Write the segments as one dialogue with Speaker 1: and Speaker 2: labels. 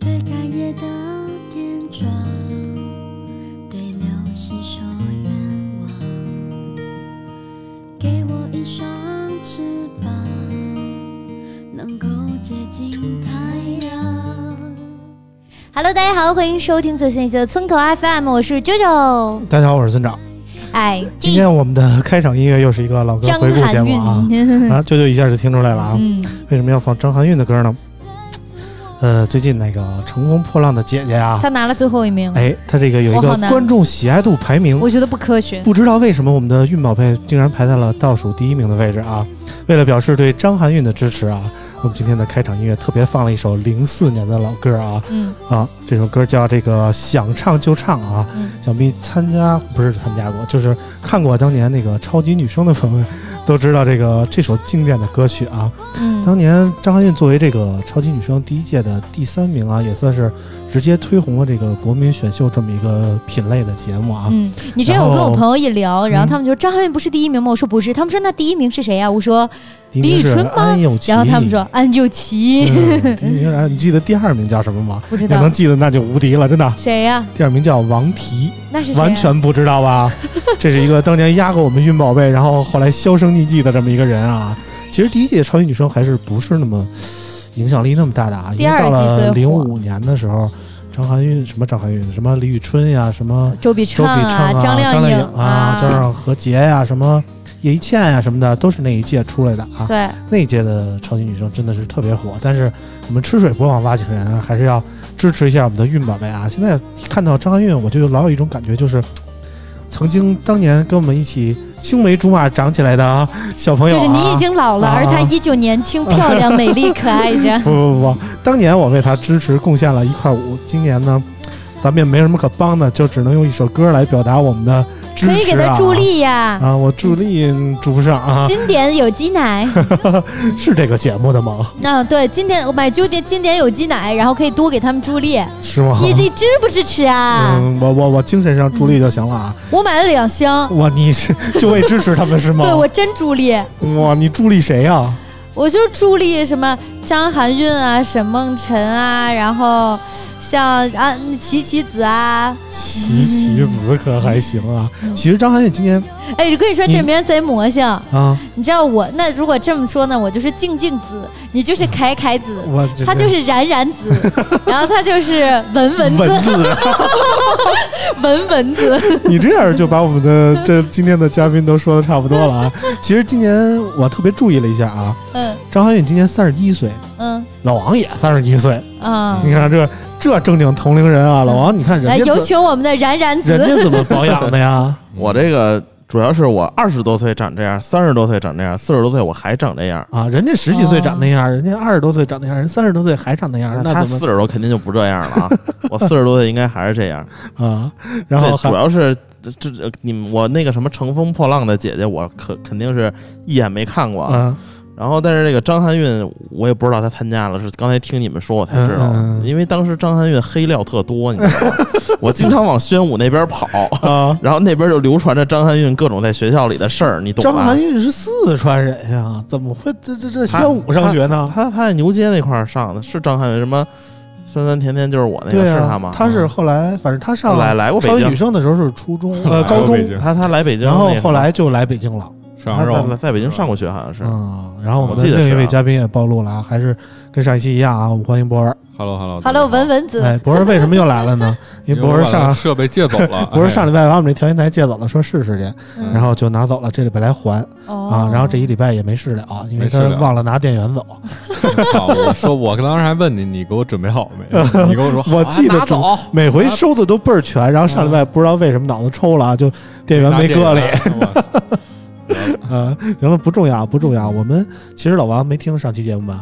Speaker 1: 推开夜的天窗，对流星说愿望，给我一双翅膀，能够接近太阳。
Speaker 2: Hello，大家好，欢迎收听最新一期的村口 FM，我是啾啾。
Speaker 3: 大家好，我是村长。
Speaker 2: 哎，
Speaker 3: 今天我们的开场音乐又是一个老歌
Speaker 2: 张
Speaker 3: 回顾节
Speaker 2: 含
Speaker 3: 目啊
Speaker 2: 韵，
Speaker 3: 啊，舅舅一下就听出来了啊。
Speaker 2: 嗯，
Speaker 3: 为什么要放张含韵的歌呢？呃，最近那个《乘风破浪的姐姐》啊，
Speaker 2: 他拿了最后一名，
Speaker 3: 哎，她这个有一
Speaker 2: 我
Speaker 3: 个
Speaker 2: 好难
Speaker 3: 观众喜爱度排名，
Speaker 2: 我觉得不科学。
Speaker 3: 不知道为什么我们的韵宝贝竟然排在了倒数第一名的位置啊！为了表示对张含韵的支持啊，我们今天的开场音乐特别放了一首零四年的老歌啊
Speaker 2: 嗯，
Speaker 3: 啊，这首歌叫这个想唱就唱啊，
Speaker 2: 嗯
Speaker 3: 想必参加不是参加过，就是看过当年那个超级女声的朋友们都知道这个这首经典的歌曲啊。
Speaker 2: 嗯，
Speaker 3: 当年张含韵作为这个超级女声第一届的第三名啊，也算是直接推红了这个国民选秀这么一个品类的节目啊。
Speaker 2: 嗯，你之前我
Speaker 3: 然后
Speaker 2: 跟我朋友一聊，然后
Speaker 3: 嗯
Speaker 2: 他们就说张含韵不是第一名吗？我说不是，他们说那第一名是谁呀、啊我说，
Speaker 3: 第一名是
Speaker 2: 李宇春吗
Speaker 3: 安又琪，
Speaker 2: 然后他们说安又琪，
Speaker 3: 嗯，第一名是安，你记得第二名叫什么吗？
Speaker 2: 不知
Speaker 3: 要
Speaker 2: 道
Speaker 3: 能记得那就无敌了，真的。
Speaker 2: 谁呀、
Speaker 3: 第二名叫王提，
Speaker 2: 那是谁、呀啊
Speaker 3: 完全不知道 吧？这是一个当年压过我们韵宝贝，然后后来销声匿迹的这么一个人啊。其实第一届超级女声还是不是那么影响力那么大的啊，
Speaker 2: 第
Speaker 3: 因为
Speaker 2: 二
Speaker 3: 到
Speaker 2: 季
Speaker 3: 了
Speaker 2: 最
Speaker 3: 零
Speaker 2: 火
Speaker 3: 五年的时候，张含韵什么张含韵什么李宇春呀，什么
Speaker 2: 周笔
Speaker 3: 周
Speaker 2: 畅
Speaker 3: 笔畅
Speaker 2: 啊，
Speaker 3: 啊、
Speaker 2: 张
Speaker 3: 张
Speaker 2: 靓
Speaker 3: 颖
Speaker 2: 颖
Speaker 3: 啊、张上何洁呀、什么叶一茜呀、什么的，都是那一届出来的啊。
Speaker 2: 对，
Speaker 3: 那一届的超级女声真的是特别火，但是我们吃水不忘挖井人啊，还是要支持一下我们的韵宝贝啊！现在看到张含韵，我就老有一种感觉，就是曾经当年跟我们一起青梅竹马长起来的啊小朋友、
Speaker 2: 就
Speaker 3: 啊，
Speaker 2: 是你已经老了，
Speaker 3: 啊
Speaker 2: 而她依旧年轻、漂 亮、美丽、可爱着。
Speaker 3: 不不不，当年我为他支持贡献了一块五，今年呢，咱们也没什么可帮的，就只能用一首歌来表达我们的支持、
Speaker 2: 可
Speaker 3: 啊、
Speaker 2: 以给她助力呀、
Speaker 3: 啊！我助力嗯助不上啊，
Speaker 2: 经典有 机奶，
Speaker 3: 是这个节目的吗？
Speaker 2: 嗯，对，经典我买经典经典有机奶，然后可以多给他们助力。
Speaker 3: 是吗？
Speaker 2: 你你支不支持
Speaker 3: 哦
Speaker 2: 啊？
Speaker 3: 嗯，我我我精神上助力就行了啊！
Speaker 2: 我买了两 箱，
Speaker 3: 哇，你是就为支持他们是吗？
Speaker 2: 对我真助力，
Speaker 3: 哇，你助力谁呀、啊
Speaker 2: 我就助力什么张含韵啊、沈梦辰啊，然后像啊齐齐子啊，
Speaker 3: 齐棋子可还行啊？
Speaker 2: 嗯
Speaker 3: 其实张含韵今年
Speaker 2: 哎，我跟你说
Speaker 3: 你
Speaker 2: 这名贼魔性，
Speaker 3: 啊，
Speaker 2: 你知道我那如果这么说呢，我就是静静子，你就是凯凯子。
Speaker 3: 我这
Speaker 2: 他就是冉冉 子，然后他就是文文
Speaker 3: 文
Speaker 2: 子，
Speaker 3: 字，啊
Speaker 2: 文文子。
Speaker 3: 你这样就把我们 的这今天的嘉宾都说的差不多了啊。其实今年我特别注意了一下啊，
Speaker 2: 嗯
Speaker 3: 张含韵今年三十一岁，
Speaker 2: 嗯
Speaker 3: 老王也三十一岁，
Speaker 2: 啊
Speaker 3: 你，看这这正经同龄人啊，老王你看
Speaker 2: 嗯来
Speaker 3: 人家
Speaker 2: 哎有
Speaker 3: 怎
Speaker 2: 请我们的冉冉
Speaker 3: 人
Speaker 2: 子。
Speaker 3: 家怎么保养的 呀？
Speaker 4: 我这个主要是我二十多岁长这样，三十多岁长这样，四十多岁我还长这样。
Speaker 3: 啊，人家十几岁长那
Speaker 2: 哦
Speaker 3: 样，人家二十多岁长那样，人三十多岁还长那样，
Speaker 4: 他
Speaker 3: 那怎
Speaker 4: 四十多肯定就不这样了 啊！我四十多岁应该还是这样。
Speaker 3: 么啊？然后
Speaker 4: 这
Speaker 3: 还
Speaker 4: 主要是这这你们我那个什么《乘风破浪的姐姐》，我可肯定是一眼没看过。啊。
Speaker 3: 啊，
Speaker 4: 然后，但是这个张含韵，我也不知道她参加了，是刚才听你们说我才知道的。
Speaker 3: 嗯嗯嗯
Speaker 4: 因为当时张含韵黑料特多，你知道吗？ 我经常往宣武那边跑。
Speaker 3: 啊，
Speaker 4: 然后那边就流传着张含韵各种在学校里的事儿，你懂吧？
Speaker 3: 张含韵是四川人呀，怎么会这这这宣武上学呢？
Speaker 4: 她哦她在牛街那块儿上的是张含韵，什么酸酸甜甜就是我那个、
Speaker 3: 对
Speaker 4: 是
Speaker 3: 啊
Speaker 4: 她吗？，嗯
Speaker 3: 她是后来，反正她上
Speaker 4: 来来过北
Speaker 3: 超级女
Speaker 4: 京，
Speaker 3: 生的时候是初中呃
Speaker 5: 来过
Speaker 3: 高中
Speaker 5: 北，京
Speaker 4: 她她来北京，
Speaker 3: 然后
Speaker 4: 那个
Speaker 3: 后来就来北京了。
Speaker 5: 上肉
Speaker 4: 在在北京上过学，好像是。
Speaker 3: 嗯，然后我
Speaker 4: 我
Speaker 3: 们
Speaker 4: 记得
Speaker 3: 另一
Speaker 4: 是
Speaker 3: 位
Speaker 4: 啊
Speaker 3: 嘉宾也暴露了啊，还是跟上一期一样啊，我们欢迎博文。
Speaker 5: Hello Hello
Speaker 2: 好了，文文子，
Speaker 3: 哎，博文为什么又来了 呢？因为博文上
Speaker 5: 设备借走了，
Speaker 4: 哎
Speaker 3: 博文上礼拜把我们这调音台借走了，说试试去，
Speaker 2: 嗯
Speaker 3: 然后就拿走了，这礼拜来还
Speaker 2: 哦
Speaker 3: 啊，然后这一礼拜也没试了，啊因为
Speaker 5: 没试
Speaker 3: 他
Speaker 5: 了
Speaker 3: 忘了拿电源走。
Speaker 5: 哎好，我说我当时还问你，你给我准备好没？ 你跟我说，好
Speaker 3: 我
Speaker 5: 啊
Speaker 3: 记得
Speaker 5: 拿
Speaker 3: 准
Speaker 5: 走，
Speaker 3: 每回收的都倍儿全，然后上礼拜不知道为什么脑子抽了啊，就电源
Speaker 5: 拿
Speaker 3: 没
Speaker 5: 电
Speaker 3: 搁里。
Speaker 5: 源。 我
Speaker 3: 嗯，行了，不重要，不重要。我们其实老王没听上期节目吧？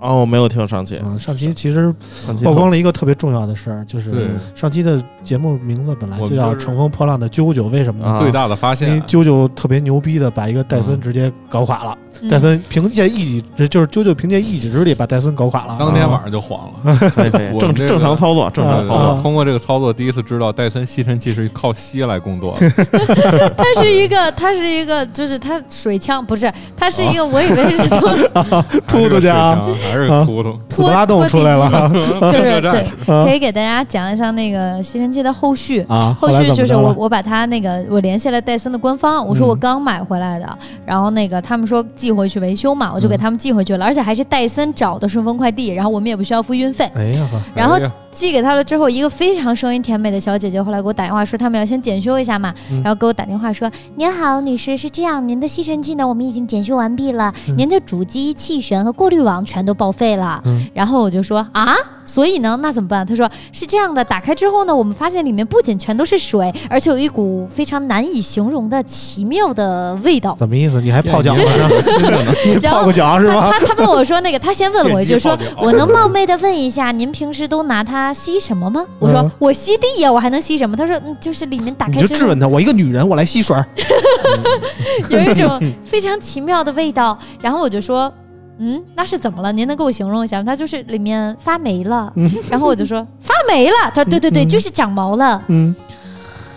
Speaker 4: 哦，我没有听上期，
Speaker 3: 嗯，上期其实
Speaker 4: 上期
Speaker 3: 曝光了一个特别重要的事儿，就是
Speaker 5: 对
Speaker 3: 上期的节目名字本来
Speaker 5: 我
Speaker 3: 就
Speaker 5: 们
Speaker 3: 叫
Speaker 5: 就
Speaker 3: 《
Speaker 5: 是
Speaker 3: 乘风破浪的啾啾》，为什么呢？
Speaker 4: 啊
Speaker 5: 最大的发
Speaker 3: 因为
Speaker 5: 现，
Speaker 3: 啾啾特别牛逼的把一个戴森
Speaker 5: 嗯
Speaker 3: 直接搞垮了，
Speaker 2: 嗯
Speaker 3: 戴森凭借一己之就是啾啾凭借一己之力把戴森搞垮了。
Speaker 5: 当天晚上就晃 了。
Speaker 4: 可以可以
Speaker 5: 我
Speaker 4: 正
Speaker 5: 们这个哦
Speaker 4: 正常操作，正常
Speaker 5: 对
Speaker 4: 操
Speaker 5: 对
Speaker 4: 作
Speaker 3: 啊
Speaker 5: 对通过这个操作，第一次知道戴森吸尘器是靠吸来 工作的。
Speaker 2: 它是一个，它是一个，就是它水枪不是，它是一
Speaker 3: 哦
Speaker 2: 个，我以为 是从
Speaker 3: 秃秃去啊
Speaker 5: 还是个水枪，还是个秃秃。
Speaker 3: 斯
Speaker 2: 拖
Speaker 3: 巴达洞
Speaker 2: 拖
Speaker 3: 出
Speaker 2: 地
Speaker 3: 来
Speaker 2: 机
Speaker 3: 了
Speaker 2: 就是
Speaker 5: 这
Speaker 2: 对
Speaker 5: 样，
Speaker 2: 可以给大家讲一下那个吸尘器的后续。
Speaker 3: 啊！
Speaker 2: 后
Speaker 3: 来
Speaker 2: 续
Speaker 3: 怎
Speaker 2: 就
Speaker 3: 么
Speaker 2: 是
Speaker 3: 着
Speaker 2: 我，
Speaker 3: 了？
Speaker 2: 我把它那个我联系了戴森的官方，我说
Speaker 3: 嗯
Speaker 2: 我刚买回来的，然后那个他们说寄回去维修嘛，我就给
Speaker 3: 嗯
Speaker 2: 他们寄回去了，而且还是戴森找的顺丰快递，然后我们也不需要付运费。
Speaker 3: 哎呀呵，
Speaker 2: 然后
Speaker 5: 哎呀
Speaker 2: 寄给他了之后，一个非常声音甜美的小姐姐后来给我打电话说，他们要先检修一下嘛，
Speaker 3: 嗯
Speaker 2: 然后给我打电话说：“您好，女士，是这样，您的吸尘器呢，我们已经检修完毕了，
Speaker 3: 嗯
Speaker 2: 您的主机、气旋和过滤网全都报废了。
Speaker 3: 嗯
Speaker 2: 然后我就说：“啊，所以呢，那怎么办？”他说：“是这样的，打开之后呢，我们发现里面不仅全都是水，而且有一股非常难以形容的奇妙的味道。”
Speaker 3: 怎么意思？你还泡脚了是吧？ 你
Speaker 2: 然后
Speaker 3: 泡过脚是
Speaker 2: 他
Speaker 3: 吗？
Speaker 2: 他他问我说那个，他先问了我一句
Speaker 5: 电击
Speaker 2: 说
Speaker 5: 泡，脚
Speaker 2: 我能冒昧的问一下，您平时都拿它吸什么吗？我说
Speaker 3: 嗯
Speaker 2: 我吸地呀，我还能吸什么？他说嗯，就是里面打
Speaker 3: 你
Speaker 2: 开
Speaker 3: 就
Speaker 2: 之
Speaker 3: 质
Speaker 2: 后
Speaker 3: 问他，我一个女人，我来吸水儿。
Speaker 2: 有 一种非常奇妙的味道，然后我就说。嗯，那是怎么了？您能给我形容一下吗？他就是里面发霉了，然后我就说 发霉了。他说对对对，
Speaker 3: 嗯
Speaker 2: 就是长毛了。
Speaker 3: 嗯，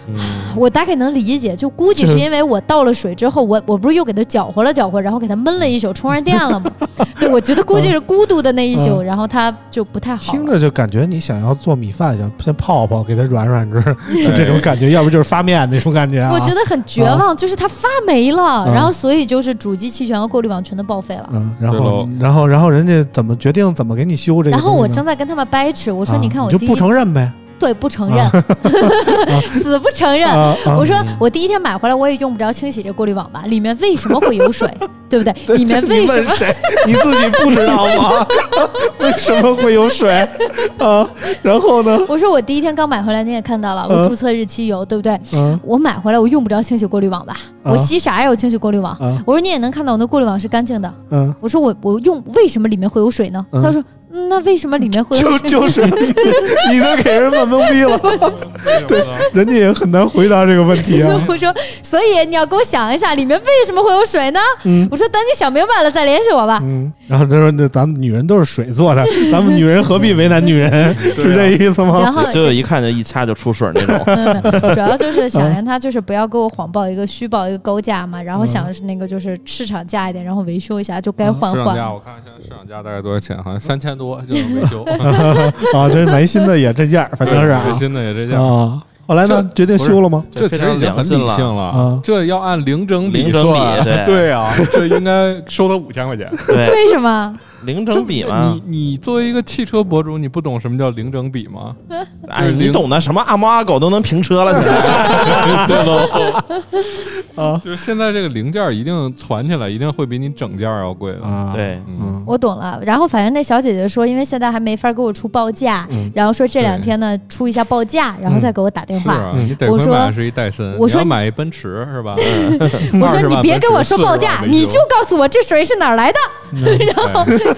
Speaker 5: 嗯
Speaker 2: 我大概能理解，就估计
Speaker 3: 就是
Speaker 2: 是因为我倒了水之后，我我不是又给它搅和了搅和，然后给它焖了一宿，充上电了 嘛。对，我觉得估
Speaker 3: 嗯
Speaker 2: 计是孤独的那一宿，然后它就不太好了。
Speaker 3: 听着就感觉你想要做米饭，想先泡泡，给它软软汁，就这种感觉；要不就是发面那种感觉啊。
Speaker 2: 我觉得很绝望，就是它发霉了，
Speaker 3: 嗯
Speaker 2: 然后所以就是主机、气旋和过滤网全都报废了。
Speaker 3: 嗯，然
Speaker 5: 对
Speaker 3: 后
Speaker 5: 喽
Speaker 3: 然后然后人家怎么决定怎么给你修这个东西呢？
Speaker 2: 然后我正在跟他们掰扯，我
Speaker 3: 我
Speaker 2: 说：“你看我
Speaker 3: 啊就
Speaker 2: 第一
Speaker 3: 不承认呗。
Speaker 2: 对不承认， 死不承认。
Speaker 3: 啊啊
Speaker 2: 我说：“ 我第一天买回来我也用不着清洗这过滤网吧，里面为什么会 有水？对不对？里面为什么？
Speaker 3: 谁？你自己不知道吗？ 为什么会有水啊？然后呢？
Speaker 2: 我说我第一天刚买回来，你也看到了，
Speaker 3: 嗯
Speaker 2: 我注册日期有，对不对？
Speaker 3: 嗯
Speaker 2: 我买回来我用不着清洗过滤网吧，
Speaker 3: 啊
Speaker 2: 我吸啥呀？我清洗过滤网。
Speaker 3: 啊
Speaker 2: 我说你也能看到我那过滤网是干净的。
Speaker 3: 嗯，
Speaker 2: 我说我我用为什么里面会有水呢？
Speaker 3: 嗯
Speaker 2: 他说嗯那为什么里面会有
Speaker 3: 就就
Speaker 2: 水？
Speaker 3: 是你，你都给人问懵逼了，
Speaker 5: 哎对，
Speaker 3: 人家也很难回答这个问题啊。
Speaker 2: 我说，所以你要给我想一下，里面为什么会有水呢？
Speaker 3: 嗯
Speaker 2: 我说，等你想明白了再联系我 吧。
Speaker 3: 嗯，然后他说：“那咱们女人都是水做 的，咱们女人何必为难女人？是嗯哦这意思吗
Speaker 2: 然后，
Speaker 4: 就有一看就一掐就出水 那种。
Speaker 2: 嗯，主要就是想让他就是不要给我谎报一个虚报一个高价嘛，然后
Speaker 3: 嗯
Speaker 2: 想是那个就是市场价一点，然后维修一下就该换
Speaker 5: 市
Speaker 3: 嗯
Speaker 5: 场
Speaker 2: 换
Speaker 3: 啊
Speaker 5: 价
Speaker 2: 了。
Speaker 5: 我看现在市场价大概多少钱？好像三千多就能维 修，？”
Speaker 3: 啊，这买新的也这样，反正是
Speaker 5: 最
Speaker 3: 啊
Speaker 5: 新的也这价。
Speaker 3: 啊。后来呢，决定修了吗？
Speaker 5: 这
Speaker 4: 非
Speaker 5: 其
Speaker 4: 常
Speaker 5: 实已经
Speaker 4: 良
Speaker 5: 很理
Speaker 4: 心
Speaker 5: 性
Speaker 4: 了
Speaker 3: 啊
Speaker 5: 了，这要按零整
Speaker 4: 零整
Speaker 5: 算，
Speaker 4: 比 对
Speaker 5: 对啊，这应该收他五千块 钱。
Speaker 4: 对，
Speaker 2: 为什么？
Speaker 4: 零整比嘛
Speaker 5: 你，你作为一个汽车博主，你不懂什么叫零整比 吗？
Speaker 4: 哎，你
Speaker 5: 零
Speaker 4: 懂的，什么阿猫阿狗都能评车了，现在。
Speaker 5: 对喽，
Speaker 3: 啊
Speaker 5: 就是现在这个零件儿一定攒起来，一定会比你整件儿要贵的。
Speaker 3: 啊，
Speaker 4: 对，
Speaker 5: 嗯，
Speaker 3: 嗯，
Speaker 2: 我懂了。然后反正那小姐姐说，因为现在还没法给我出报价，
Speaker 3: 嗯
Speaker 2: 然后说这两天呢出一下报价，然后再给我打电
Speaker 5: 是
Speaker 2: 话。
Speaker 5: 啊，
Speaker 3: 嗯
Speaker 5: 你得
Speaker 2: 我
Speaker 5: 亏
Speaker 2: 说
Speaker 5: 买的是一戴森，
Speaker 2: 我说
Speaker 5: 你要
Speaker 2: 你
Speaker 5: 买一奔驰是吧？ 嗯
Speaker 2: 我说你别跟我说报价，你就告诉我这水是哪儿来的。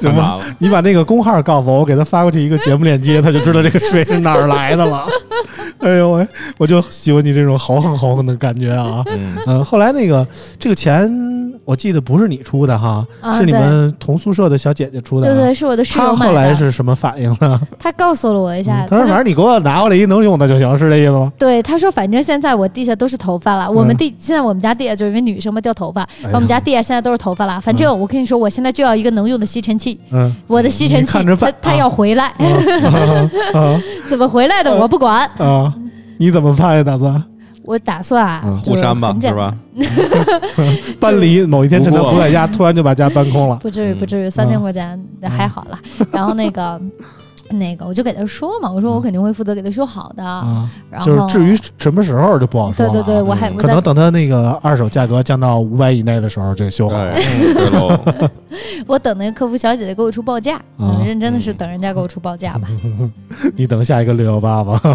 Speaker 5: 就完了。
Speaker 3: 你把那个工号告诉我，我给他发过去一个节目链 接，他就知道这个水是哪儿来的了。哎呦喂，我就喜欢你这种豪横豪横的感觉啊！
Speaker 5: 嗯，
Speaker 3: 嗯，后来那个这个钱，我记得不是你出的哈，
Speaker 2: 啊
Speaker 3: 是你们同宿舍的小姐姐出的、
Speaker 2: 对
Speaker 3: 啊。
Speaker 2: 对，是我的室友
Speaker 3: 她
Speaker 2: 买
Speaker 3: 后来
Speaker 2: 的。
Speaker 3: 是什么反应呢？
Speaker 2: 他告诉了我一下，
Speaker 3: 她嗯说：“
Speaker 2: 就
Speaker 3: 反正你给我拿回来一能用的就行，是这意思吗
Speaker 2: 对，他说反正现在我地下都是头发了，我们
Speaker 3: 嗯
Speaker 2: 地现在我们家地下就是因为女生嘛掉头发，
Speaker 3: 哎嗯呦
Speaker 2: 然后我们家地下现在都是头发了。反正我跟你说，我现在就要一个能用的吸尘器，？”
Speaker 3: 嗯，
Speaker 2: 我的吸尘
Speaker 3: 你
Speaker 2: 器
Speaker 3: 看着
Speaker 2: 它
Speaker 3: 办
Speaker 2: 它要回来，
Speaker 3: 啊啊
Speaker 2: 怎么回来的
Speaker 3: 嗯
Speaker 2: 我不管。
Speaker 3: 啊啊！你怎么办呀，大子？
Speaker 2: 我打算啊，
Speaker 3: 嗯
Speaker 2: 就
Speaker 5: 互删吧
Speaker 2: 很，简
Speaker 5: 是吧？
Speaker 3: 搬离某一天趁他不在家，突然就把家搬空了。
Speaker 2: 不至于，
Speaker 5: 嗯
Speaker 2: 不至于，三千块钱
Speaker 3: 嗯
Speaker 2: 还 好了。然后那个，那个，我就给他说嘛，我说我肯定会负责给他修好的。
Speaker 3: 啊，
Speaker 2: 然后，
Speaker 3: 嗯就是至于什么时候就不哦好说
Speaker 2: 对
Speaker 3: 了。啊
Speaker 2: 对对，我还
Speaker 5: 嗯
Speaker 2: 我
Speaker 3: 可
Speaker 2: 在
Speaker 3: 能等他那个二手价格降到五百以内的时候，这修好了。
Speaker 5: 对，哎对喽，
Speaker 2: 我等那个客服小姐姐给我出报价，
Speaker 3: 啊嗯
Speaker 2: 嗯认真的是
Speaker 5: 嗯
Speaker 2: 等人家给我出报价吧。
Speaker 3: 你等下一个六幺八 吧，啊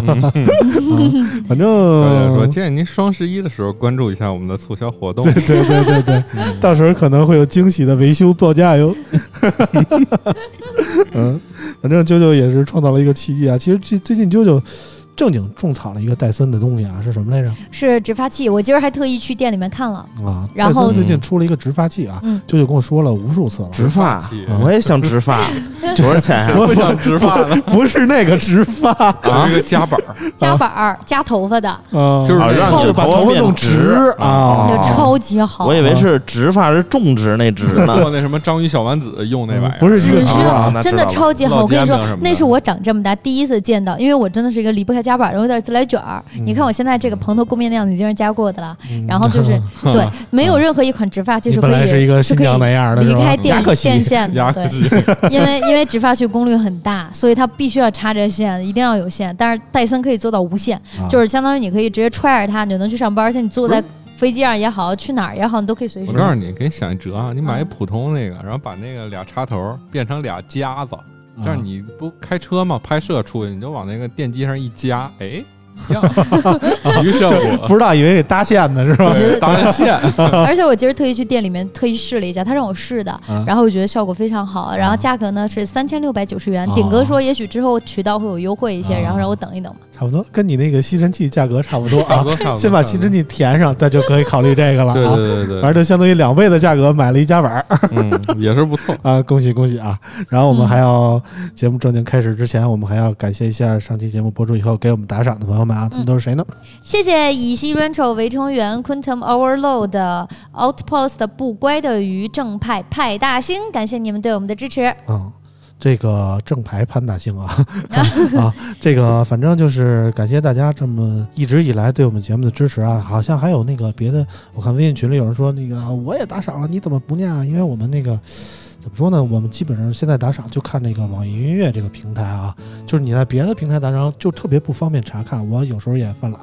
Speaker 3: 反
Speaker 5: 小姐说
Speaker 3: 正
Speaker 5: 建议您双十一的时候关注一下我们的促销活动。
Speaker 3: 对对对对对，到时候可能会有惊喜的维修报价 哟。嗯，反正啾啾也是创造了一个奇迹啊！其实最最近啾啾正经种草了一个戴森的东西啊，是什么来着？
Speaker 2: 是直发器，我今儿还特意去店里面看了。
Speaker 3: 啊，
Speaker 2: 然
Speaker 3: 戴森
Speaker 2: 后
Speaker 3: 最近出了一个直发器啊，
Speaker 2: 嗯，
Speaker 3: 啾啾跟我说了无数次了，
Speaker 4: 植发
Speaker 5: 器，
Speaker 4: 我也想植发，多少 钱
Speaker 5: 谁
Speaker 4: 啊？
Speaker 5: 不想植发 呢？
Speaker 3: 不是那个直 发
Speaker 5: 这是个夹板儿，
Speaker 2: 夹板儿、夹头发的，
Speaker 3: 啊，
Speaker 5: 就是
Speaker 4: 啊让
Speaker 3: 就
Speaker 4: 你
Speaker 3: 是
Speaker 4: 的
Speaker 3: 把
Speaker 4: 头
Speaker 3: 头
Speaker 4: 发
Speaker 3: 发
Speaker 4: 变
Speaker 3: 弄直啊
Speaker 4: 啊
Speaker 2: 就，超级好。
Speaker 4: 我以为是植发是种植那植 呢。
Speaker 5: 做那什么章鱼小丸子用那玩意儿，
Speaker 3: 不是一
Speaker 2: 只
Speaker 3: 个
Speaker 2: 是
Speaker 3: 直
Speaker 4: 啊
Speaker 3: 啊，
Speaker 4: 那
Speaker 2: 真
Speaker 4: 知
Speaker 2: 的
Speaker 4: 道了
Speaker 2: 超级好，
Speaker 5: 烙
Speaker 2: 我跟
Speaker 5: 煎
Speaker 2: 你说
Speaker 5: 饼什，么的
Speaker 2: 那是我长这么大第一次见到，因为我真的是一个离不开夹板儿，有点自来卷儿。
Speaker 3: 嗯
Speaker 2: 你看我现在这个蓬头垢面的样子，已经是夹过的了。
Speaker 3: 嗯
Speaker 2: 然后就是 对，没有任何一款直发 就是
Speaker 3: 你
Speaker 2: 可
Speaker 3: 本来
Speaker 2: 以
Speaker 3: 是一个
Speaker 2: 是
Speaker 3: 新
Speaker 2: 可
Speaker 3: 疆
Speaker 2: 以
Speaker 3: 那样的，
Speaker 2: 离
Speaker 3: 是吧
Speaker 2: 开电
Speaker 3: 雅克西
Speaker 2: 电线的，
Speaker 5: 牙
Speaker 2: 对
Speaker 5: 可，惜，
Speaker 2: 因为因为直发器功率很大，所以它必须要插着线，一定要有线。但是戴森可以做到无线，
Speaker 3: 啊
Speaker 2: 就是相当于你可以直接揣着它，你就能去上班，而且你坐在飞机上也好，去哪儿也好，你都可以随时
Speaker 5: 我。告诉你，给你想一辙啊，你买一普通那个，然后把那个俩插头变成俩夹
Speaker 3: 啊
Speaker 5: 子，这样你不开车嘛，拍摄出去你就往那个电机上一夹，哎，一样，一个效
Speaker 3: 就
Speaker 5: 果。
Speaker 3: 啊不知道以为给搭线呢是吧？
Speaker 5: 对，搭个 线，
Speaker 2: 而且我今儿特意去店里面特意试了一下，他让我试的，
Speaker 3: 啊
Speaker 2: 然后我觉得效果非常好，然后价格呢是三千六百九十元。
Speaker 3: 哦
Speaker 2: 顶哥说也许之后渠道会有优惠一些，
Speaker 3: 哦
Speaker 2: 然后让我等一等嘛。
Speaker 3: 差不多跟你那个吸尘器价格差不多
Speaker 5: 差
Speaker 3: 啊
Speaker 5: 不。多，差不多。
Speaker 3: 先把吸尘器填上，再就可以考虑这个了
Speaker 5: 对
Speaker 3: 啊。
Speaker 5: 对对
Speaker 3: 反正就相当于两倍的价格买了一夹板儿
Speaker 5: 对， 嗯，也是不错。
Speaker 3: 啊，恭喜恭喜啊！然后我们
Speaker 2: 嗯
Speaker 3: 还要节目正经开始之前，我们还要感谢一下上期节目播出以后给我们打赏的朋友们啊，他们都是谁呢？
Speaker 2: 谢谢乙烯 Rancho 围城员 Quantum Overload Outpost 不乖的鱼正派派大星，感谢你们对我们的支持。
Speaker 3: 嗯，这个正牌潘大星啊 啊，这个反正就是感谢大家这么一直以来对我们节目的支持啊。好像还有那个别的，我看微信群里有人说那个我也打赏了，你怎么不念啊？因为我们那个。怎么说呢？我们基本上现在打赏就看那个网易云音乐这个平台啊，就是你在别的平台打赏就特别不方便查看，我有时候也犯懒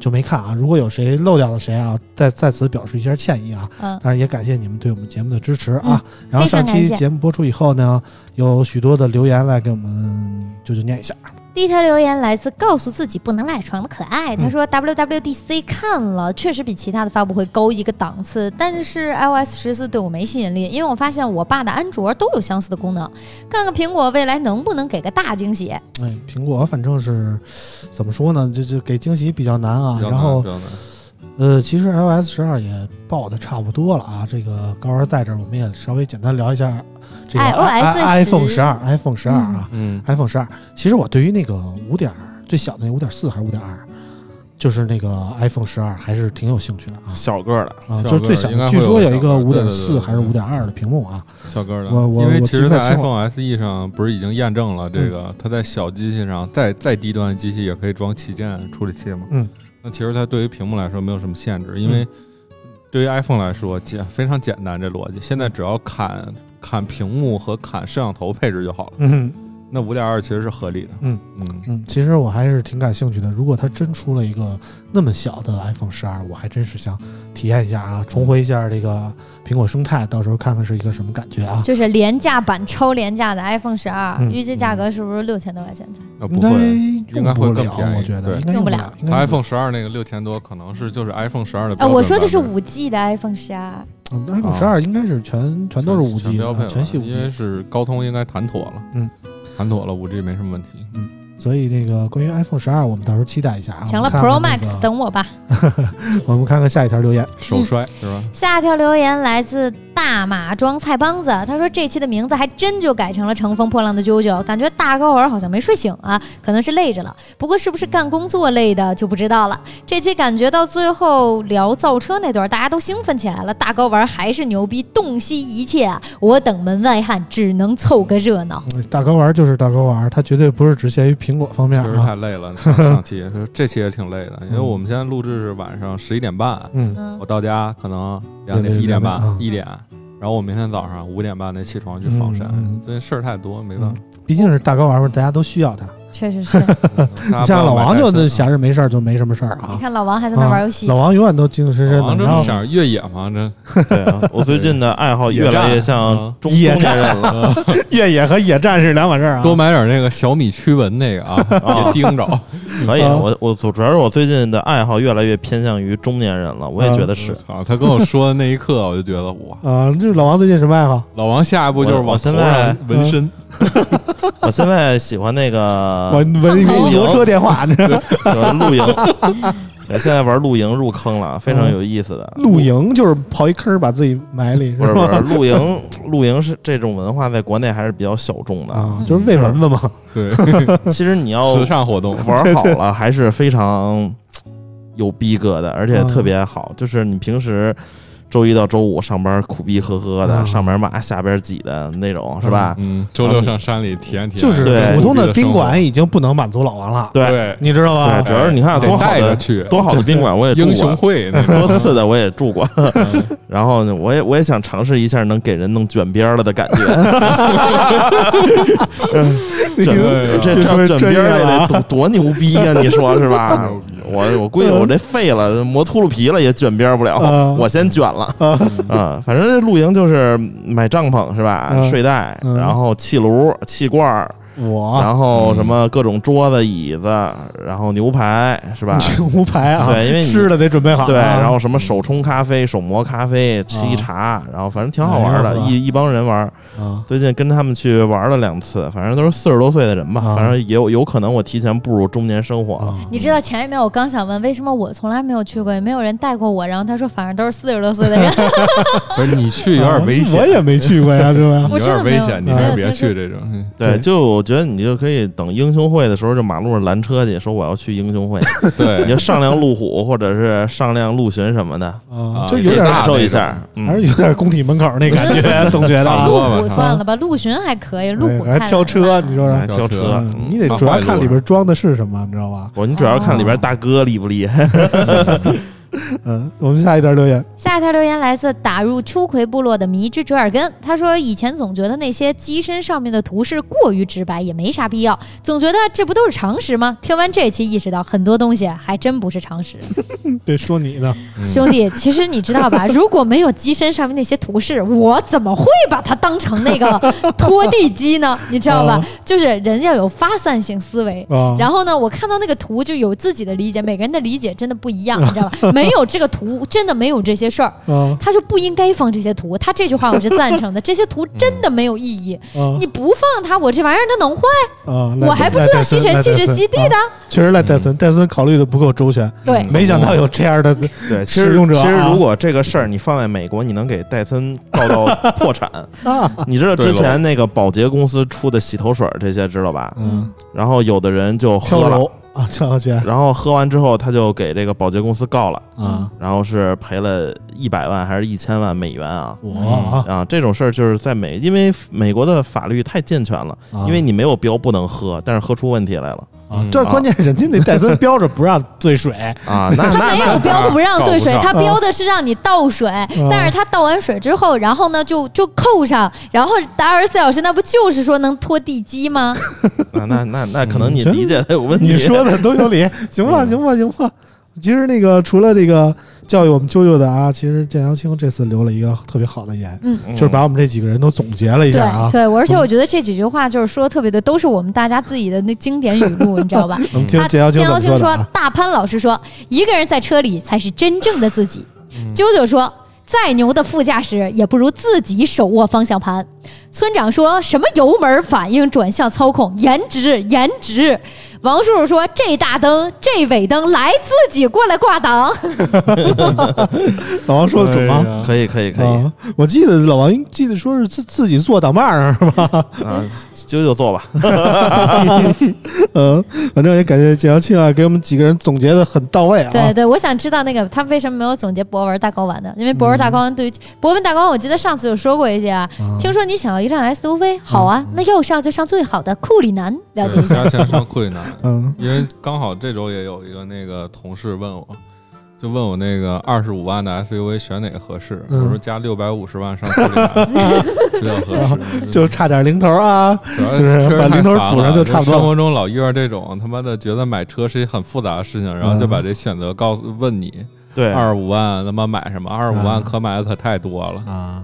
Speaker 3: 就没看啊。如果有谁漏掉了谁啊，在在此表示一下歉意啊。
Speaker 2: 嗯，
Speaker 3: 当然也感谢你们对我们节目的支持啊。然后
Speaker 2: 非
Speaker 3: 上
Speaker 2: 常
Speaker 3: 期
Speaker 2: 感谢
Speaker 3: 节目播出以后呢，有许多的留言来给我们舅舅念一下。
Speaker 2: 第一条留言来自告诉自己不能赖床的可爱，他说 WWDC 看了，确实比其他的发布会高一个档次，但是 iOS 十四对我没吸引力，因为我发现我爸的安卓都有相似的功能，看看苹果未来能不能给个大惊喜。
Speaker 3: 哎，苹果反正是怎么说呢，这这给惊喜比较难啊。
Speaker 5: 比较
Speaker 3: 然
Speaker 5: 难
Speaker 3: 后
Speaker 5: 比较难
Speaker 3: 呃，其实 iOS 十二也报的差不多了啊。这个高玩在这儿，我们也稍微简单聊一下这个
Speaker 2: iOS
Speaker 3: i- i-
Speaker 2: 10
Speaker 3: iPhone 十二，iPhone 十二啊、
Speaker 5: 嗯，
Speaker 3: i p h o n e 十二。其实我对于那个五点最小的那五点四还是五点二，就是那个 iPhone 十二还是挺有兴趣的啊。
Speaker 4: 小个儿的，
Speaker 3: 啊，
Speaker 5: 小
Speaker 3: 就是最
Speaker 5: 个儿
Speaker 3: 小
Speaker 5: 应该
Speaker 3: 的，
Speaker 5: 会
Speaker 3: 据说
Speaker 5: 有
Speaker 3: 有一
Speaker 5: 小
Speaker 3: 个
Speaker 5: 个儿
Speaker 3: 五
Speaker 5: 对
Speaker 3: 点
Speaker 5: 对嗯
Speaker 3: 四
Speaker 5: 对
Speaker 3: 还是五点二的屏幕啊，
Speaker 5: 小哥的。
Speaker 3: 我我
Speaker 5: 因为
Speaker 3: 我
Speaker 5: 其
Speaker 3: 记
Speaker 5: 实，
Speaker 3: 不太
Speaker 5: 在
Speaker 3: 清了嗯
Speaker 5: iPhone SE 上不是已经验证了这个，它在小机器上，再再低端的机器也可以装旗舰处理器嘛？
Speaker 3: 嗯，
Speaker 5: 那其实它对于屏幕来说没有什么限制，因为对于 iPhone 来说简非常简单，这逻辑现在只要砍砍屏幕和砍摄像头配置就好了。
Speaker 3: 嗯
Speaker 5: 那五点二其实是合理的。
Speaker 3: 嗯
Speaker 5: 嗯，
Speaker 3: 嗯，其实我还是挺感兴趣的。如果它真出了一个那么小的 iPhone 十二，我还真是想体验一下啊，重回一下这个苹果生态，到时候看看是一个什么感觉啊。
Speaker 2: 就是廉价版超廉价的 iPhone 十二、
Speaker 3: 嗯
Speaker 2: 预计价格是不是六千多块钱？
Speaker 5: 那
Speaker 3: 应
Speaker 5: 呃不
Speaker 3: 该
Speaker 5: 会。应该
Speaker 3: 用
Speaker 5: 会
Speaker 3: 不
Speaker 5: 更
Speaker 3: 了，
Speaker 5: 便宜
Speaker 3: 我觉得
Speaker 5: 对
Speaker 3: 应该
Speaker 2: 用
Speaker 3: 不了
Speaker 2: 不了。
Speaker 3: 应该
Speaker 5: 它
Speaker 3: 用不
Speaker 5: iPhone 十二那个六千多，可能是就是 iPhone 十二的
Speaker 2: 啊，
Speaker 5: 标准
Speaker 2: 我说的是
Speaker 5: 版本
Speaker 2: 五 G 的 iPhone 十二，
Speaker 3: 嗯 iPhone 十二应该是全全都是五 G
Speaker 5: 全标配
Speaker 3: 的，啊
Speaker 5: 了
Speaker 3: 全系五
Speaker 5: 因
Speaker 3: G。
Speaker 5: 为是高通应该谈妥了，
Speaker 3: 嗯，
Speaker 5: 谈妥了，五 G 没什么问题。
Speaker 3: 所以那个关于 iPhone 十二，我们到时候期待一下啊。
Speaker 2: 行
Speaker 3: 我
Speaker 2: 了
Speaker 3: 们看
Speaker 2: ，Pro
Speaker 3: 看
Speaker 2: Max
Speaker 3: 那个
Speaker 2: 等我吧。
Speaker 3: 我们看看下一条留言。
Speaker 5: 手摔是吧？
Speaker 3: 啊
Speaker 2: 下条留言来自大马庄菜帮子，他说这期的名字还真就改成了“乘风破浪的啾啾”，感觉“大大高儿好像没睡醒啊，可能是累着了。不过是不是干工作累的就不知道了。这期感觉到最后聊造车那段，大家都兴奋起来了。大高玩还是牛逼，洞悉一切啊！我等门外汉只能凑个热闹。
Speaker 3: 大高玩就是大高玩，它绝对不是只限于苹果方面
Speaker 5: 确实
Speaker 3: 啊。
Speaker 5: 太累 了。上上期说这期也挺累的，因为我们现在录制是晚上十一点半，
Speaker 3: 嗯，
Speaker 2: 嗯
Speaker 5: 我，到家可能两点
Speaker 3: 对对对
Speaker 5: 一点
Speaker 3: 啊
Speaker 5: 半一点，然后我明天早上五点半得起床去房山
Speaker 3: 嗯嗯。
Speaker 5: 最近事儿太多，没办法。
Speaker 3: 毕竟是大高玩嘛，大家都需要它。
Speaker 2: 确实是。
Speaker 5: 大家不要
Speaker 3: 嗯像老王
Speaker 5: 买戴
Speaker 3: 就
Speaker 5: 森
Speaker 3: 闲着没事儿就没什么事儿
Speaker 2: 你
Speaker 3: 啊。
Speaker 2: 看老王还在那玩 游戏，
Speaker 3: 老王永远都精精神神
Speaker 5: 老王
Speaker 3: 的，
Speaker 5: 这
Speaker 3: 然
Speaker 5: 么
Speaker 3: 后
Speaker 5: 想越野嘛，这
Speaker 4: 对啊， 我最近的爱好越来越像中
Speaker 3: 野
Speaker 4: 中年人了。
Speaker 3: 越野和野战是两码事儿啊。
Speaker 5: 多买点那个小米驱蚊那 个啊，别盯着。
Speaker 4: 可以，
Speaker 5: 嗯
Speaker 3: 啊
Speaker 4: 我我主主要是我最近的爱好越来越偏向于中年人了，我也觉得是。
Speaker 5: 啊，他跟我说的那一刻，我就觉得哇，
Speaker 3: 啊，这老王最近什么爱好？
Speaker 5: 老王下一步就是
Speaker 4: 我
Speaker 5: 往
Speaker 4: 现
Speaker 5: 头
Speaker 4: 在
Speaker 5: 上纹身，
Speaker 4: 我现在喜欢那
Speaker 3: 我
Speaker 4: 个
Speaker 3: 闻一个油车电话，你知道吗？
Speaker 4: 喜欢露营，对现在玩露营入坑了，非常有意思的。
Speaker 5: 嗯
Speaker 3: 露营就是刨一坑儿把自己埋里，
Speaker 4: 不是不
Speaker 3: 吧
Speaker 4: 是露营，露营是这种文化在国内还是比较小众的。
Speaker 2: 嗯
Speaker 3: 啊，就是喂蚊子嘛。
Speaker 5: 对，
Speaker 4: 其实 你要
Speaker 5: 时尚活动，
Speaker 4: 玩好了，还是非常有逼格的，而
Speaker 5: 嗯
Speaker 4: 且特别好。就是你平时周一到周五上班苦逼呵呵的，
Speaker 3: 嗯
Speaker 4: 上边骂下边挤的那种，是吧？
Speaker 5: 嗯，周六上山里体验体 验，
Speaker 3: 就是
Speaker 4: 啊对
Speaker 3: 普通
Speaker 5: 的
Speaker 3: 的宾馆已经不能满足老王了，
Speaker 4: 对
Speaker 5: 对，
Speaker 3: 你知道
Speaker 4: 对，
Speaker 3: 吧？
Speaker 4: 主要是你看
Speaker 5: 得
Speaker 4: 多好
Speaker 5: 带着
Speaker 4: 的
Speaker 5: 去
Speaker 4: 多好的宾馆，我也住
Speaker 5: 英雄
Speaker 4: 过。
Speaker 5: 会嗯那种，
Speaker 4: 多次的我也住 过， 然后呢，我也我也想尝试一下能给人弄卷边儿了的感觉。
Speaker 3: 你
Speaker 4: 卷
Speaker 5: 对啊
Speaker 4: 这
Speaker 3: 你说
Speaker 4: 这卷边儿
Speaker 3: 哎这个
Speaker 4: 得
Speaker 3: 啊
Speaker 4: 多多牛逼呀、你说 是吧？我我估计我这废了，磨秃噜皮了也卷边儿不了，
Speaker 3: 嗯
Speaker 4: 我先卷了。
Speaker 5: 嗯
Speaker 4: 啊，反正这露营就是买帐篷是吧？
Speaker 3: 嗯
Speaker 4: 睡袋，
Speaker 3: 嗯啊
Speaker 4: 然后气炉、气罐儿，
Speaker 3: 我
Speaker 4: 然后什么各种桌子、椅子，然后牛排是吧？
Speaker 3: 无牌啊，
Speaker 4: 对因为你
Speaker 3: 吃的得准备 好啊。
Speaker 4: 对，然后什么手冲咖啡、手磨咖啡、沏茶，然后反正挺好玩
Speaker 3: 啊哎
Speaker 4: 的，
Speaker 3: 呦呵
Speaker 4: 一一帮人玩。
Speaker 3: 啊，
Speaker 4: 最近跟他们去玩了两次，反正都是四十多岁的人吧，
Speaker 3: 啊
Speaker 4: 反正也有有可能我提前步入中年生活了。
Speaker 3: 啊
Speaker 2: 你知道前一秒我刚想问为什么我从来没有去过，也没有人带过我，然后他说反正都是四十多岁的人，
Speaker 5: 不是你去有点危险，
Speaker 3: 我也没去过呀，是吧？
Speaker 5: 有
Speaker 2: 我真的
Speaker 5: 点
Speaker 2: 没
Speaker 5: 危
Speaker 2: 有
Speaker 5: 险，你
Speaker 3: 没
Speaker 5: 还
Speaker 2: 有
Speaker 5: 是别
Speaker 2: 接触
Speaker 5: 去这种。嗯
Speaker 3: 对
Speaker 4: 对，就我觉得你就可以等英雄会的时候，就马路上拦车去，说我要去英雄会， 你
Speaker 5: 对
Speaker 4: 就，上辆路虎或者是上辆陆巡什么的，
Speaker 3: 啊
Speaker 5: 啊，
Speaker 3: 就
Speaker 5: 这
Speaker 3: 有
Speaker 4: 可以
Speaker 3: 点
Speaker 4: 感受一下，
Speaker 3: 还是
Speaker 4: 嗯，
Speaker 3: 有点工体门口那感 觉，总觉得啊
Speaker 5: 路
Speaker 2: 路
Speaker 5: 虎
Speaker 2: 虎算
Speaker 3: 算
Speaker 2: 了吧，陆巡还可以，路虎
Speaker 3: 还挑车，啊你说说
Speaker 4: 来哎挑车
Speaker 3: 嗯，你得
Speaker 5: 嗯
Speaker 3: 主要看里边装的是什么，你知道吧？
Speaker 4: 我你主要看里边大哥厉不厉
Speaker 3: 啊
Speaker 4: 害，
Speaker 3: 嗯，我们下一条留 言，
Speaker 2: 下一条留言来自打入秋葵部落的迷之折耳根，他说以前总觉得那些机身上面的图示过于直白，也没啥必要，总觉得这不都是常识吗？听完这期意识到很多东西还真不是 常识。
Speaker 3: 这说你呢，
Speaker 2: 兄弟，其实你知道吧，如果没有机身上面那些图示，我怎么会把它当成那个拖地机呢？你 知道吧
Speaker 3: 啊？
Speaker 2: 就是人要有发散性思维。
Speaker 3: 啊，
Speaker 2: 然后呢，我看到那个图就有自己的理解，每个人的理解真的不一样，你知道吧？没有这个图，真的没有这些事儿。
Speaker 3: 啊
Speaker 2: 他就不应该放这些图。他这句话我是赞成的，这些图真的没有意义。
Speaker 3: 啊
Speaker 2: 你不放它，我这玩意儿它能坏？
Speaker 3: 啊！
Speaker 2: 我还不知道吸尘器是吸地的。
Speaker 3: 确实赖戴
Speaker 4: 嗯
Speaker 3: 森，戴森考虑的不够周全，
Speaker 2: 对
Speaker 3: 没想到有这样的
Speaker 4: 对，其
Speaker 3: 使
Speaker 4: 实
Speaker 3: 用者啊
Speaker 4: 其实如果这个事儿你放在美国，你能给戴森告到 破产。
Speaker 2: 嗯
Speaker 3: 啊，
Speaker 4: 你知道之
Speaker 5: 对喽
Speaker 4: 前那个保洁公司出的洗头水儿这些知道吧？
Speaker 3: 嗯，
Speaker 4: 然后有的人就喝
Speaker 3: 跳楼
Speaker 4: 了，
Speaker 3: 啊，跳下去
Speaker 4: 然后喝完之后他就给这个保洁公司告了，
Speaker 3: 啊，
Speaker 4: 然后是赔了一百万还是一千万美元啊？
Speaker 3: 我
Speaker 4: 啊，这种事儿就是在美，因为美国的法律太健全了，
Speaker 3: 啊
Speaker 4: 因为你没有标不能喝，但是喝出问题来了
Speaker 3: 啊，这关键人家那戴森标着不让兑水，
Speaker 4: 啊，那
Speaker 2: 他
Speaker 4: 那
Speaker 2: 没有
Speaker 4: 那
Speaker 2: 标不让兑水
Speaker 5: 搞，不
Speaker 2: 他
Speaker 5: 上
Speaker 2: 标的是让你倒水，但是他倒完水之后，然后呢就就扣上，然后打二十四小时，那不就是说能拖地机吗？
Speaker 4: 啊那那那可能
Speaker 3: 嗯
Speaker 4: 你
Speaker 3: 真
Speaker 4: 理解的 有问题。
Speaker 3: 你说的都有理，行
Speaker 5: 嗯
Speaker 3: 吧，行吧，行吧。其实那个除了这个教育我们啾啾的啊，其实建阳青这次留了一个特别好的言，
Speaker 4: 嗯
Speaker 3: 就是把我们这几个人都总结了一
Speaker 2: 对
Speaker 3: 下啊。
Speaker 2: 对，我而且我觉得这几句话就是说的特别对，都是我们大家自己的那经典语录，你 知道吧？
Speaker 3: 我们听
Speaker 2: 他
Speaker 3: 建阳青怎
Speaker 2: 江瑶
Speaker 3: 么
Speaker 2: 青
Speaker 3: 的
Speaker 2: 说
Speaker 3: 啊？，
Speaker 2: 大潘老师说，一个人在车里才是真正的自己。啾啾说，再牛的副驾驶也不如自己手握方向盘。村长说什么油门、反应、转向、操控，颜值，颜值。王叔叔说：“这大灯，这尾灯，来自己过来挂档。
Speaker 3: 老王说的准吗？
Speaker 5: 哎呀
Speaker 4: 可以可以可以
Speaker 3: 啊，我记得老王记得说是自自己做挡把儿是吧？
Speaker 4: 啊，九九做吧，
Speaker 3: 嗯，反正也感谢景阳庆啊，给我们几个人总结的很到位啊。
Speaker 2: 对对，我想知道那个他为什么没有总结博文大睾丸的？因为博文大睾丸对于、博文大睾丸，我记得上次有说过一些啊。
Speaker 3: 嗯啊
Speaker 2: 听说你想要一辆 SUV，好啊，那要上就上最好的库里南，了解一下。
Speaker 5: 加钱上库里南，
Speaker 3: 嗯，
Speaker 5: 因为刚好这周也有一个那个同事问我，就问我那个二十五万的 SUV 选哪个合适，
Speaker 3: 嗯
Speaker 5: 我说加六百五十万上库里南 比较合适，
Speaker 3: 就差点零头啊，
Speaker 5: 主要
Speaker 3: 就是
Speaker 5: 确实
Speaker 3: 把
Speaker 5: 太
Speaker 3: 零头
Speaker 5: 烦
Speaker 3: 杵上
Speaker 5: 了
Speaker 3: 就差不多
Speaker 5: 生活中老遇到这种他妈的觉得买车是一很复杂的事情，然后
Speaker 3: 嗯
Speaker 5: 就把这选择告诉问你，
Speaker 4: 对，
Speaker 5: 二十五万他妈买什么？二十五
Speaker 3: 啊
Speaker 5: 万可买的可太多了。
Speaker 4: 嗯
Speaker 3: 啊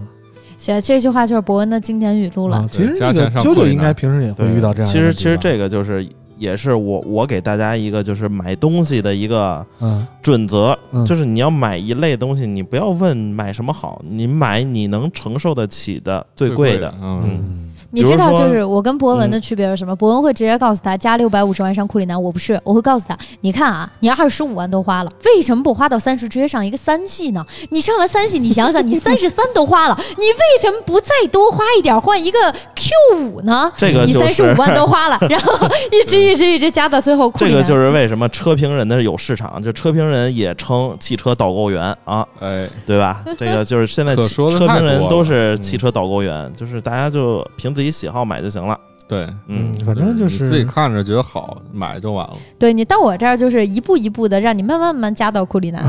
Speaker 2: 行，这句话就是博文的经典语录了。
Speaker 3: 啊，其实那个
Speaker 5: 加钱上
Speaker 3: 九九
Speaker 5: 贵
Speaker 3: 应
Speaker 5: 呢
Speaker 3: 该平时也会
Speaker 4: 对
Speaker 3: 遇到这样的问题吧。
Speaker 4: 其实其实这个就是也是我我给大家一个就是买东西的一个
Speaker 3: 嗯
Speaker 4: 准则，
Speaker 3: 嗯
Speaker 4: 就是你要买一类东西，你不要问买什么好，你买你能承受得起的最贵的。
Speaker 5: 嗯，
Speaker 2: 你知道，就是我跟博
Speaker 3: 嗯
Speaker 2: 文的区别是什么？博文会直接告诉他加六百五十万上库里南，我不是，我会告诉他，你看啊，你二十五万都花了，为什么不花到三十，直接上一个三系呢？你上完三系，你想想，你三十三都花了，你为什么不再多花一点，换一个 Q 五呢？
Speaker 4: 这个
Speaker 2: 你
Speaker 4: 就
Speaker 2: 三十
Speaker 4: 是
Speaker 2: 五万都花 了，然后一直一直一直加到最后库
Speaker 4: 这
Speaker 2: 里
Speaker 4: 个
Speaker 2: 南。
Speaker 4: 就是为什么车评人的有市场，就车评人也称汽车导购员啊，
Speaker 5: 哎，
Speaker 4: 对吧？这个就是现在
Speaker 5: 可
Speaker 4: 汽
Speaker 5: 说
Speaker 4: 车
Speaker 5: 的太
Speaker 4: 评人
Speaker 5: 多
Speaker 4: 都
Speaker 5: 了
Speaker 4: 是
Speaker 5: 嗯
Speaker 4: 汽车导购员，就是大家就凭自己喜好买就行了。
Speaker 5: 对，
Speaker 4: 嗯，
Speaker 3: 反正就
Speaker 5: 你自己
Speaker 3: 是
Speaker 5: 看着觉得好，买就完了。
Speaker 2: 对你到我这儿就是一步一步的让你慢慢慢慢加到库 里南。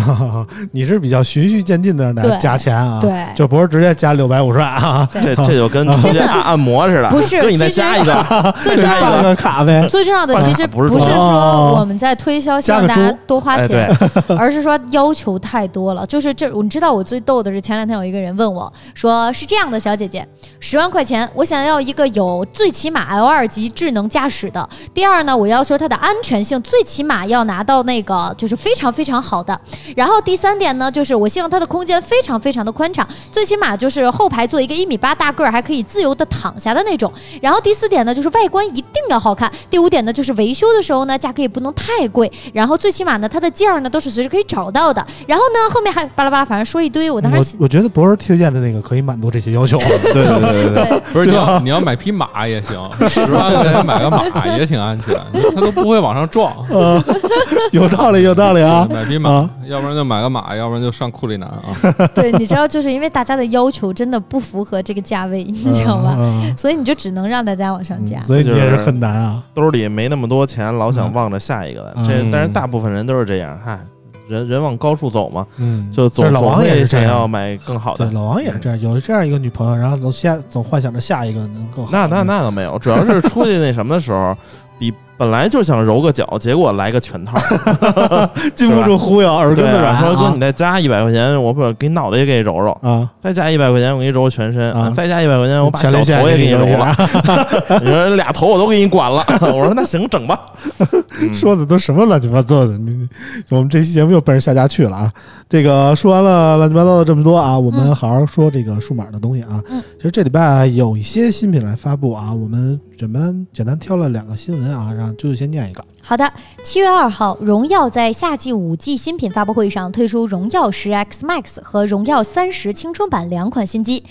Speaker 3: 你是比较循序渐进的让大家
Speaker 2: 对
Speaker 3: 加钱啊，
Speaker 2: 对
Speaker 3: 就不是直接加六百五十万 啊，
Speaker 2: 对
Speaker 4: 这这就跟
Speaker 2: 真
Speaker 4: 直接
Speaker 2: 的
Speaker 4: 按按摩似的，
Speaker 2: 不 是
Speaker 4: 哥你再
Speaker 2: 其实
Speaker 4: 加一 个，
Speaker 2: 最重要
Speaker 3: 办
Speaker 2: 的。
Speaker 3: 个卡呗。
Speaker 2: 最重要的其实
Speaker 4: 不是
Speaker 2: 不是
Speaker 3: 重要
Speaker 4: 哦
Speaker 2: 说我们在推销，希
Speaker 3: 加
Speaker 2: 望
Speaker 3: 个
Speaker 2: 大家
Speaker 3: 猪
Speaker 2: 多花
Speaker 4: 哎，
Speaker 2: 钱
Speaker 4: 对，，
Speaker 2: 而是说要求太多了。就是这，你知道我最逗的是，前两天有一个人问我说：“是这样的，小姐姐，十万块钱，我想要一个有最起码 L 二级智能驾驶的。第二呢，我要求它的安全性，最起码要拿到那个就是非常非常好的。然后第三点呢，就是我希望它的空间非常非常的宽敞，最起码就是后排坐一个一米八大个儿，还可以自由的躺下的那种。然后第四点呢，就是外观一定要好看。第五点呢，就是维修的时候呢，价格也不能太贵。然后最起码呢，它的件儿呢都是随时可以找到的。然后呢，后面还巴拉巴拉，反正说一堆。我当时
Speaker 3: 嗯我
Speaker 2: 想
Speaker 3: 我觉得博士推荐的那个可以满足这些要求，啊对对 对对啊
Speaker 2: 对，
Speaker 5: 不是，你要你要买匹马也行，十万块钱买个马也挺安全，它都不会往上撞。嗯
Speaker 3: 呃， 有道 理有道理 啊，
Speaker 5: 买匹马，
Speaker 3: 啊哎
Speaker 5: 要不然就买个马，要不然就上库里南啊。
Speaker 2: 对，你知道，就是因为大家的要求真的不符合这个价位，你知道吗？
Speaker 3: 嗯？嗯
Speaker 2: 所以你就只能让大家往上
Speaker 3: 嗯
Speaker 2: 加。
Speaker 3: 所以你
Speaker 4: 这
Speaker 3: 也
Speaker 4: 就是是
Speaker 3: 很难啊。
Speaker 4: 兜里没那么多钱，老想望着下一个
Speaker 3: 嗯
Speaker 4: 的。这但是大部分人都是这样，嗨，人人往高处走嘛，
Speaker 3: 嗯，
Speaker 4: 就总
Speaker 3: 但是老
Speaker 4: 总
Speaker 3: 王也
Speaker 4: 会
Speaker 3: 是这
Speaker 4: 想
Speaker 3: 样
Speaker 4: 要买更好
Speaker 3: 对，
Speaker 4: 的。
Speaker 3: 老王也是这样，有这样一个女朋友，然后总下总幻想着下一个能更好。
Speaker 4: 那那那倒没有，主要是出去那什么的时候，比 本来就想揉个脚，结果来个全套，
Speaker 3: 禁不住忽悠，耳根
Speaker 4: 对
Speaker 3: 子
Speaker 4: 啊，
Speaker 3: 软
Speaker 4: 说哥
Speaker 3: 啊
Speaker 4: 你再加一百块钱，我把给你脑袋也给你揉揉，
Speaker 3: 啊！
Speaker 4: 再加一百块钱我给你揉全身，
Speaker 3: 啊
Speaker 4: 再加一百块钱我把
Speaker 3: 前列
Speaker 4: 小
Speaker 3: 腺
Speaker 4: 头也给你揉
Speaker 3: 揉
Speaker 4: 了， 你说俩头我都给你管了， 我说那行整吧，嗯
Speaker 3: 说的都什么乱七八糟的？你你我们这期节目又奔着下家去了啊！这个说完了乱七八糟的这么多啊，我们
Speaker 2: 嗯
Speaker 3: 好好说这个数码的东西啊。
Speaker 2: 嗯
Speaker 3: 其实这礼拜有一些新品来发布啊，我们简单简单挑了两个新闻啊，让舅舅先念一个。
Speaker 2: 好的，七月二号，荣耀在夏季五 G 新品发布会上推出荣耀十 X Max 和荣耀三十青春版两款新机。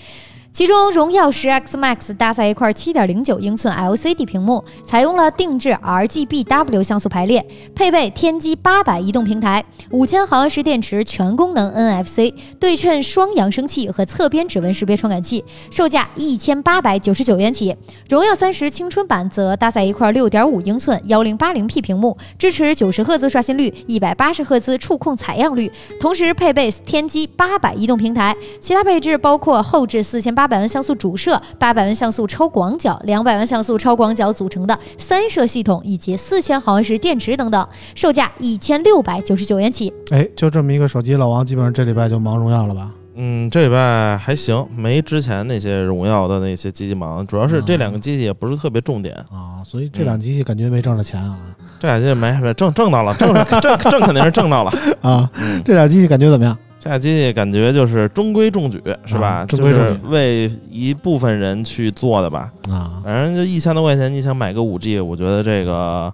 Speaker 2: 其中，荣耀十 X Max 搭载一块7.09英寸 LCD 屏幕，采用了定制 RGBW 像素排列，配备天玑800移动平台、五千毫安时电池、全功能 NFC 对称双扬声器和侧边指纹识别传感器，售价一千八百九十九元起。荣耀三十青春版则搭载一块六点五英寸幺零八零 P 屏幕，支持九十赫兹刷新率、一百八十赫兹触控采样率，同时配备天玑八百移动平台。其他配置包括后置四千八百万像素主摄、八百万像素超广角、两百万像素超广角组成的三摄系统，以及四千毫安时电池等等，售价一千六百九十九元起。
Speaker 3: 哎，就这么一个手机，老王基本上这礼拜就忙荣耀了吧？
Speaker 4: 嗯，这礼拜还行，没之前那些荣耀的那些机器忙，主要是这两个机器也不是特别 重点，
Speaker 3: 啊，所以这两机器感觉没挣着钱啊
Speaker 4: 这俩机器没没挣挣到了，挣挣挣肯定是挣 到了。
Speaker 3: 啊！
Speaker 4: 嗯，
Speaker 3: 这俩机器感觉怎么样？
Speaker 4: 这俩机器感觉就是中规中矩，是吧？
Speaker 3: 啊中
Speaker 4: 就
Speaker 3: 规中矩
Speaker 4: 是为一部分人去做的吧。
Speaker 3: 啊，
Speaker 4: 反正就一千多块钱，你想买个五 G，我觉得这个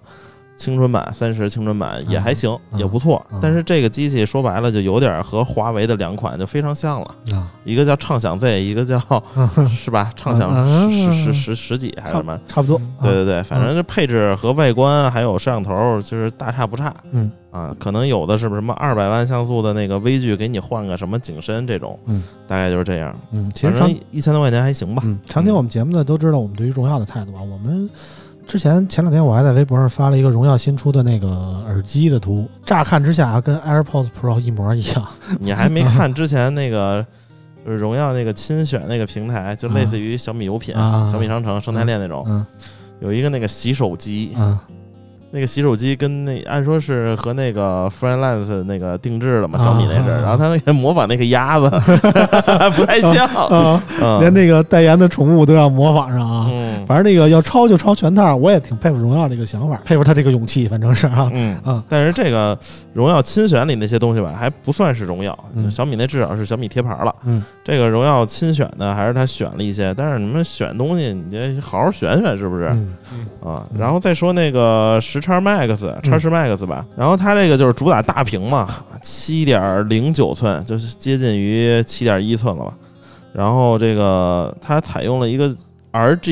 Speaker 4: 青春版三十青春版也
Speaker 3: 嗯
Speaker 4: 还行，
Speaker 3: 嗯
Speaker 4: 也不错
Speaker 3: 嗯。
Speaker 4: 但是这个机器说白了就有点和华为的两款就非常像了，
Speaker 3: 啊，
Speaker 4: 一个叫畅想 Z，一 个叫是吧？畅想
Speaker 3: 嗯
Speaker 4: 十
Speaker 3: 嗯
Speaker 4: 十十十几还是什么？
Speaker 3: 差不多。
Speaker 4: 对
Speaker 3: 啊，
Speaker 4: 对对，反正这配置和外观还有摄像头就是大差不差。
Speaker 3: 嗯
Speaker 4: 啊，可能有的是不是什么二百万像素的那个微距，给你换个什么景深这种，
Speaker 3: 嗯，
Speaker 4: 大概就是这样。
Speaker 3: 嗯，其
Speaker 4: 反
Speaker 3: 实常
Speaker 4: 正一千多块钱还行吧。
Speaker 3: 嗯，常听我们节目的都知道我们对于荣耀的态度啊。我们之前前两天我还在微博上发了一个荣耀新出的那个耳机的图，乍看之下啊，跟 AirPods Pro 一模一样。
Speaker 4: 你还没看之前那个，就是荣耀那个亲选那个平台，就类似于小米有品、
Speaker 3: 啊
Speaker 4: 小米商城、生态链那种，
Speaker 3: 嗯
Speaker 4: 有一个那个洗手机，
Speaker 3: 嗯
Speaker 4: 那个洗手机跟那按说是和那个 Freelance 那个定制的嘛，
Speaker 3: 啊
Speaker 4: 小米那是，
Speaker 3: 啊啊
Speaker 4: 然后他那个模仿那个鸭子， 不太像，
Speaker 3: 啊，
Speaker 4: 嗯
Speaker 3: 连那个代言的宠物都要模仿上啊。
Speaker 4: 嗯
Speaker 3: 反正那个要抄就抄全套，我也挺佩服荣耀这个想法，佩服他这个勇气，反正是 啊。
Speaker 4: 嗯
Speaker 3: 啊
Speaker 4: 但是这个荣耀亲选里那些东西吧，还不算是荣耀，
Speaker 3: 嗯
Speaker 4: 就小米那至少是小米贴牌了。
Speaker 3: 嗯，
Speaker 4: 这个荣耀亲选呢，还是他选了一些，但是你们选东西，你得好好选选，是不是、
Speaker 3: 嗯
Speaker 4: 啊？
Speaker 3: 嗯
Speaker 4: 然后再说那个十叉 Max、叉十 Max 吧，然后它这个就是主打大屏嘛，七点零九寸，就是接近于七点一寸了吧。然后这个它采用了一个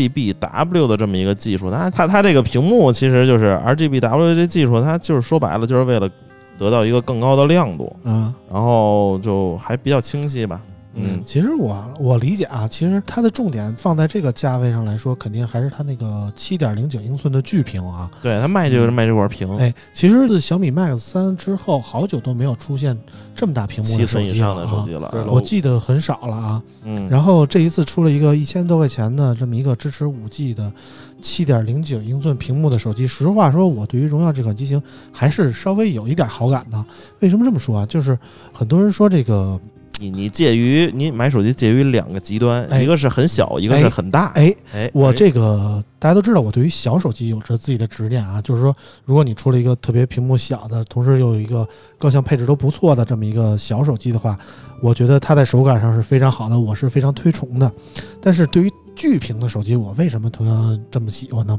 Speaker 4: RGBW 的这么一个技术，它它它这个屏幕其实就是 RGBW 这技术，它就是说白了就是为了得到一个更高的亮度，
Speaker 3: 啊，
Speaker 4: 然后就还比较清晰吧。嗯
Speaker 3: 其实我我理解啊，其实它的重点放在这个价位上来说，肯定还是它那个七点零九英寸的巨屏啊。
Speaker 4: 对，它卖就是卖这块屏，
Speaker 3: 哎，其实自小米 Max 三之后，好久都没有出现这么大屏幕
Speaker 4: 七
Speaker 3: 的手
Speaker 4: 寸以
Speaker 3: 机了
Speaker 4: 上的手
Speaker 3: 啊
Speaker 4: 机。了。
Speaker 5: 对
Speaker 3: 我记得很少了啊，
Speaker 4: 嗯，
Speaker 3: 然后这一次出了一个一千多块钱的这么一个支持五 G 的七点零九英寸屏幕的手机。实话说，我对于荣耀这款机型还是稍微有一点好感的。为什么这么说啊？就是很多人说这个，
Speaker 4: 你你介于你买手机介于两个极端，
Speaker 3: 哎
Speaker 4: 一个是很小，一个是很大。
Speaker 3: 哎，
Speaker 4: 哎，
Speaker 3: 我这个大家都知道，我对于小手机有着自己的执念啊，就是说，如果你出了一个特别屏幕小的，同时又有一个各项配置都不错的这么一个小手机的话，我觉得它在手感上是非常好的，我是非常推崇的。但是对于巨屏的手机，我为什么同样这么喜欢呢？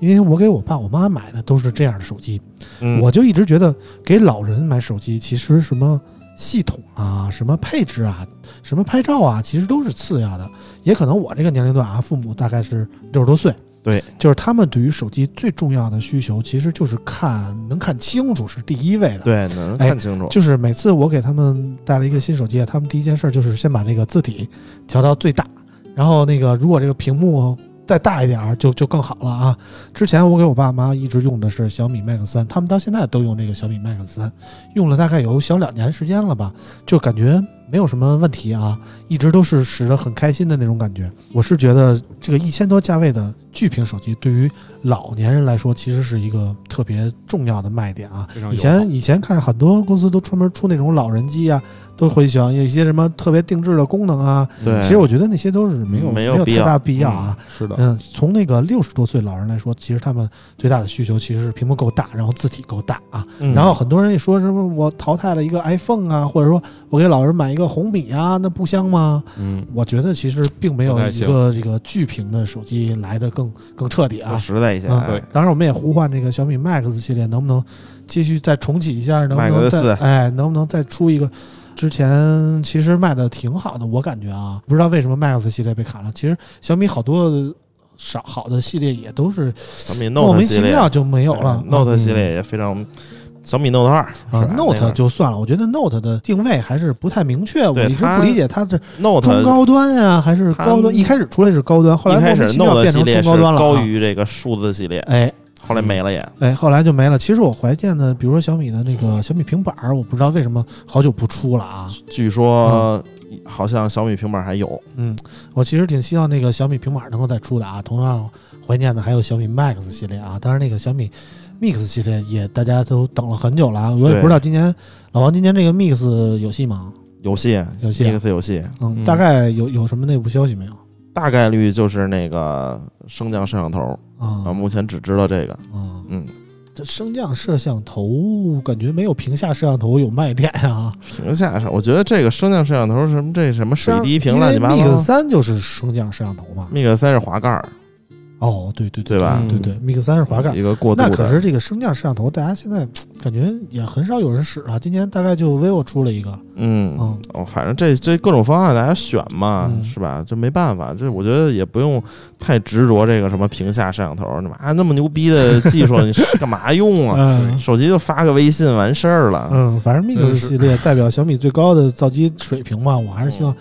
Speaker 3: 因为我给我爸我妈买的都是这样的手机，
Speaker 4: 嗯
Speaker 3: 我就一直觉得给老人买手机其实什么。系统啊，什么配置啊，什么拍照啊，其实都是次要的。也可能我这个年龄段啊，父母大概是六十多岁，
Speaker 4: 对，
Speaker 3: 就是他们对于手机最重要的需求，其实就是看能看清楚是第一位的。
Speaker 4: 对能
Speaker 3: 哎
Speaker 4: 看清楚。
Speaker 3: 就是每次我给他们带了一个新手机，他们第一件事就是先把这个字体调到最大，然后那个如果这个屏幕再大一点儿就就更好了啊。之前我给我爸妈一直用的是小米 Max 三，他们到现在都用这个小米 Max 三，用了大概有小两年时间了吧，就感觉没有什么问题啊，一直都是使得很开心的那种感觉。我是觉得这个一千多价位的巨屏手机对于老年人来说，其实是一个特别重要的卖点啊。
Speaker 5: 非常
Speaker 3: 以
Speaker 5: 友好
Speaker 3: 前以前看很多公司都专门出那种老人机啊，都会选有一些什么特别定制的功能啊。
Speaker 4: 对，
Speaker 3: 其实我觉得那些都是没有
Speaker 4: 没有
Speaker 3: 有
Speaker 4: 必
Speaker 3: 太
Speaker 4: 要
Speaker 3: 大必要啊。
Speaker 5: 是的，
Speaker 3: 嗯，从那个六十多岁老人来说，其实他们最大的需求其实是屏幕够大，然后字体够大啊。
Speaker 4: 嗯
Speaker 3: 然后很多人一说什么我淘汰了一个 iPhone 啊，或者说我给老人买一个红米啊，那不香吗？
Speaker 5: 嗯，
Speaker 3: 我觉得其实并没有
Speaker 5: 不太
Speaker 3: 一
Speaker 5: 行
Speaker 3: 个这个巨屏的手机来的更更彻底啊
Speaker 4: 更。实在一些。
Speaker 3: 嗯
Speaker 4: 哎
Speaker 3: 当然，我们也呼唤这个小米 Max 系列能不能继续再重启一下？能不能再
Speaker 4: Max 四
Speaker 3: 哎，能不能再出一个？之前其实卖的挺好的，我感觉啊，不知道为什么 Max 系列被砍了。其实小米好多少好的系列也都是
Speaker 4: 小米
Speaker 3: 莫
Speaker 4: Note
Speaker 3: 名其
Speaker 4: 系列
Speaker 3: 妙就没有
Speaker 4: 哎
Speaker 3: 了。
Speaker 4: Note
Speaker 3: 嗯
Speaker 4: 系列也非常，小米 Note 二
Speaker 3: 啊，Note
Speaker 4: 就
Speaker 3: 就算了，我觉得 Note 的定位还是不太明确，我
Speaker 4: 对
Speaker 3: 一直
Speaker 4: 它
Speaker 3: 不理解它这
Speaker 4: Note
Speaker 3: 中高端呀、还是高
Speaker 4: 它
Speaker 3: 端。一开始出来是高端，后来
Speaker 4: 一开
Speaker 3: 莫
Speaker 4: 始
Speaker 3: 名其妙
Speaker 4: Note
Speaker 3: 变
Speaker 4: 系
Speaker 3: 成
Speaker 4: 列
Speaker 3: 中
Speaker 4: 是
Speaker 3: 高端了、啊。
Speaker 4: 高于这个数字系列，
Speaker 3: 哎，
Speaker 4: 后来没了也。
Speaker 3: 哎，后来就没了。其实我怀念的，比如说小米的那个小米平板儿，我不知道为什么好久不出了啊。
Speaker 4: 据说好像小米平板还有，
Speaker 3: 嗯，我其实挺希望那个小米平板儿能够再出的啊。同样怀念的还有小米 Max 系列啊，当然那个小米 Mix 系列也大家都等了很久了啊。我也
Speaker 4: 对
Speaker 3: 不知道今年老王今年这个 Mix 有戏吗？
Speaker 4: 游戏
Speaker 3: 有戏啊
Speaker 4: Mix 游戏，
Speaker 3: 嗯，
Speaker 5: 嗯
Speaker 3: 大概有有什么内部消息没有？
Speaker 4: 大概率就是那个升降摄像头啊，
Speaker 3: 啊
Speaker 4: 目前只知道这个。
Speaker 3: 啊，
Speaker 4: 嗯，
Speaker 3: 这升降摄像头感觉没有屏下摄像头有卖点啊。
Speaker 4: 屏下上，我觉得这个升降摄像头是什么这什么水滴屏乱七八糟
Speaker 3: Mix 三就是升降摄像头嘛。
Speaker 4: ，Mix 三是滑盖儿，
Speaker 3: 哦，对对
Speaker 4: 对吧嗯
Speaker 3: 对对对，Mix 三是滑盖。
Speaker 4: 一个过渡
Speaker 3: 那
Speaker 4: 的。
Speaker 3: 可是这个升降摄像头，大家现在感觉也很少有人使啊。今年大概就 vivo 出了一个，
Speaker 4: 嗯，
Speaker 3: 嗯，
Speaker 4: 哦，反正这这各种方案大家选嘛，
Speaker 3: 嗯
Speaker 4: 是吧？这没办法，这我觉得也不用太执着这个什么屏下摄像头，你妈那么牛逼的技术，你是干嘛用啊？
Speaker 3: 嗯
Speaker 4: 手机就发个微信完事儿了。
Speaker 3: 嗯，反正
Speaker 5: 真
Speaker 3: Mix
Speaker 5: 是
Speaker 3: 系列代表小米最高的造机水平
Speaker 4: 哦
Speaker 3: 嘛，我还是希望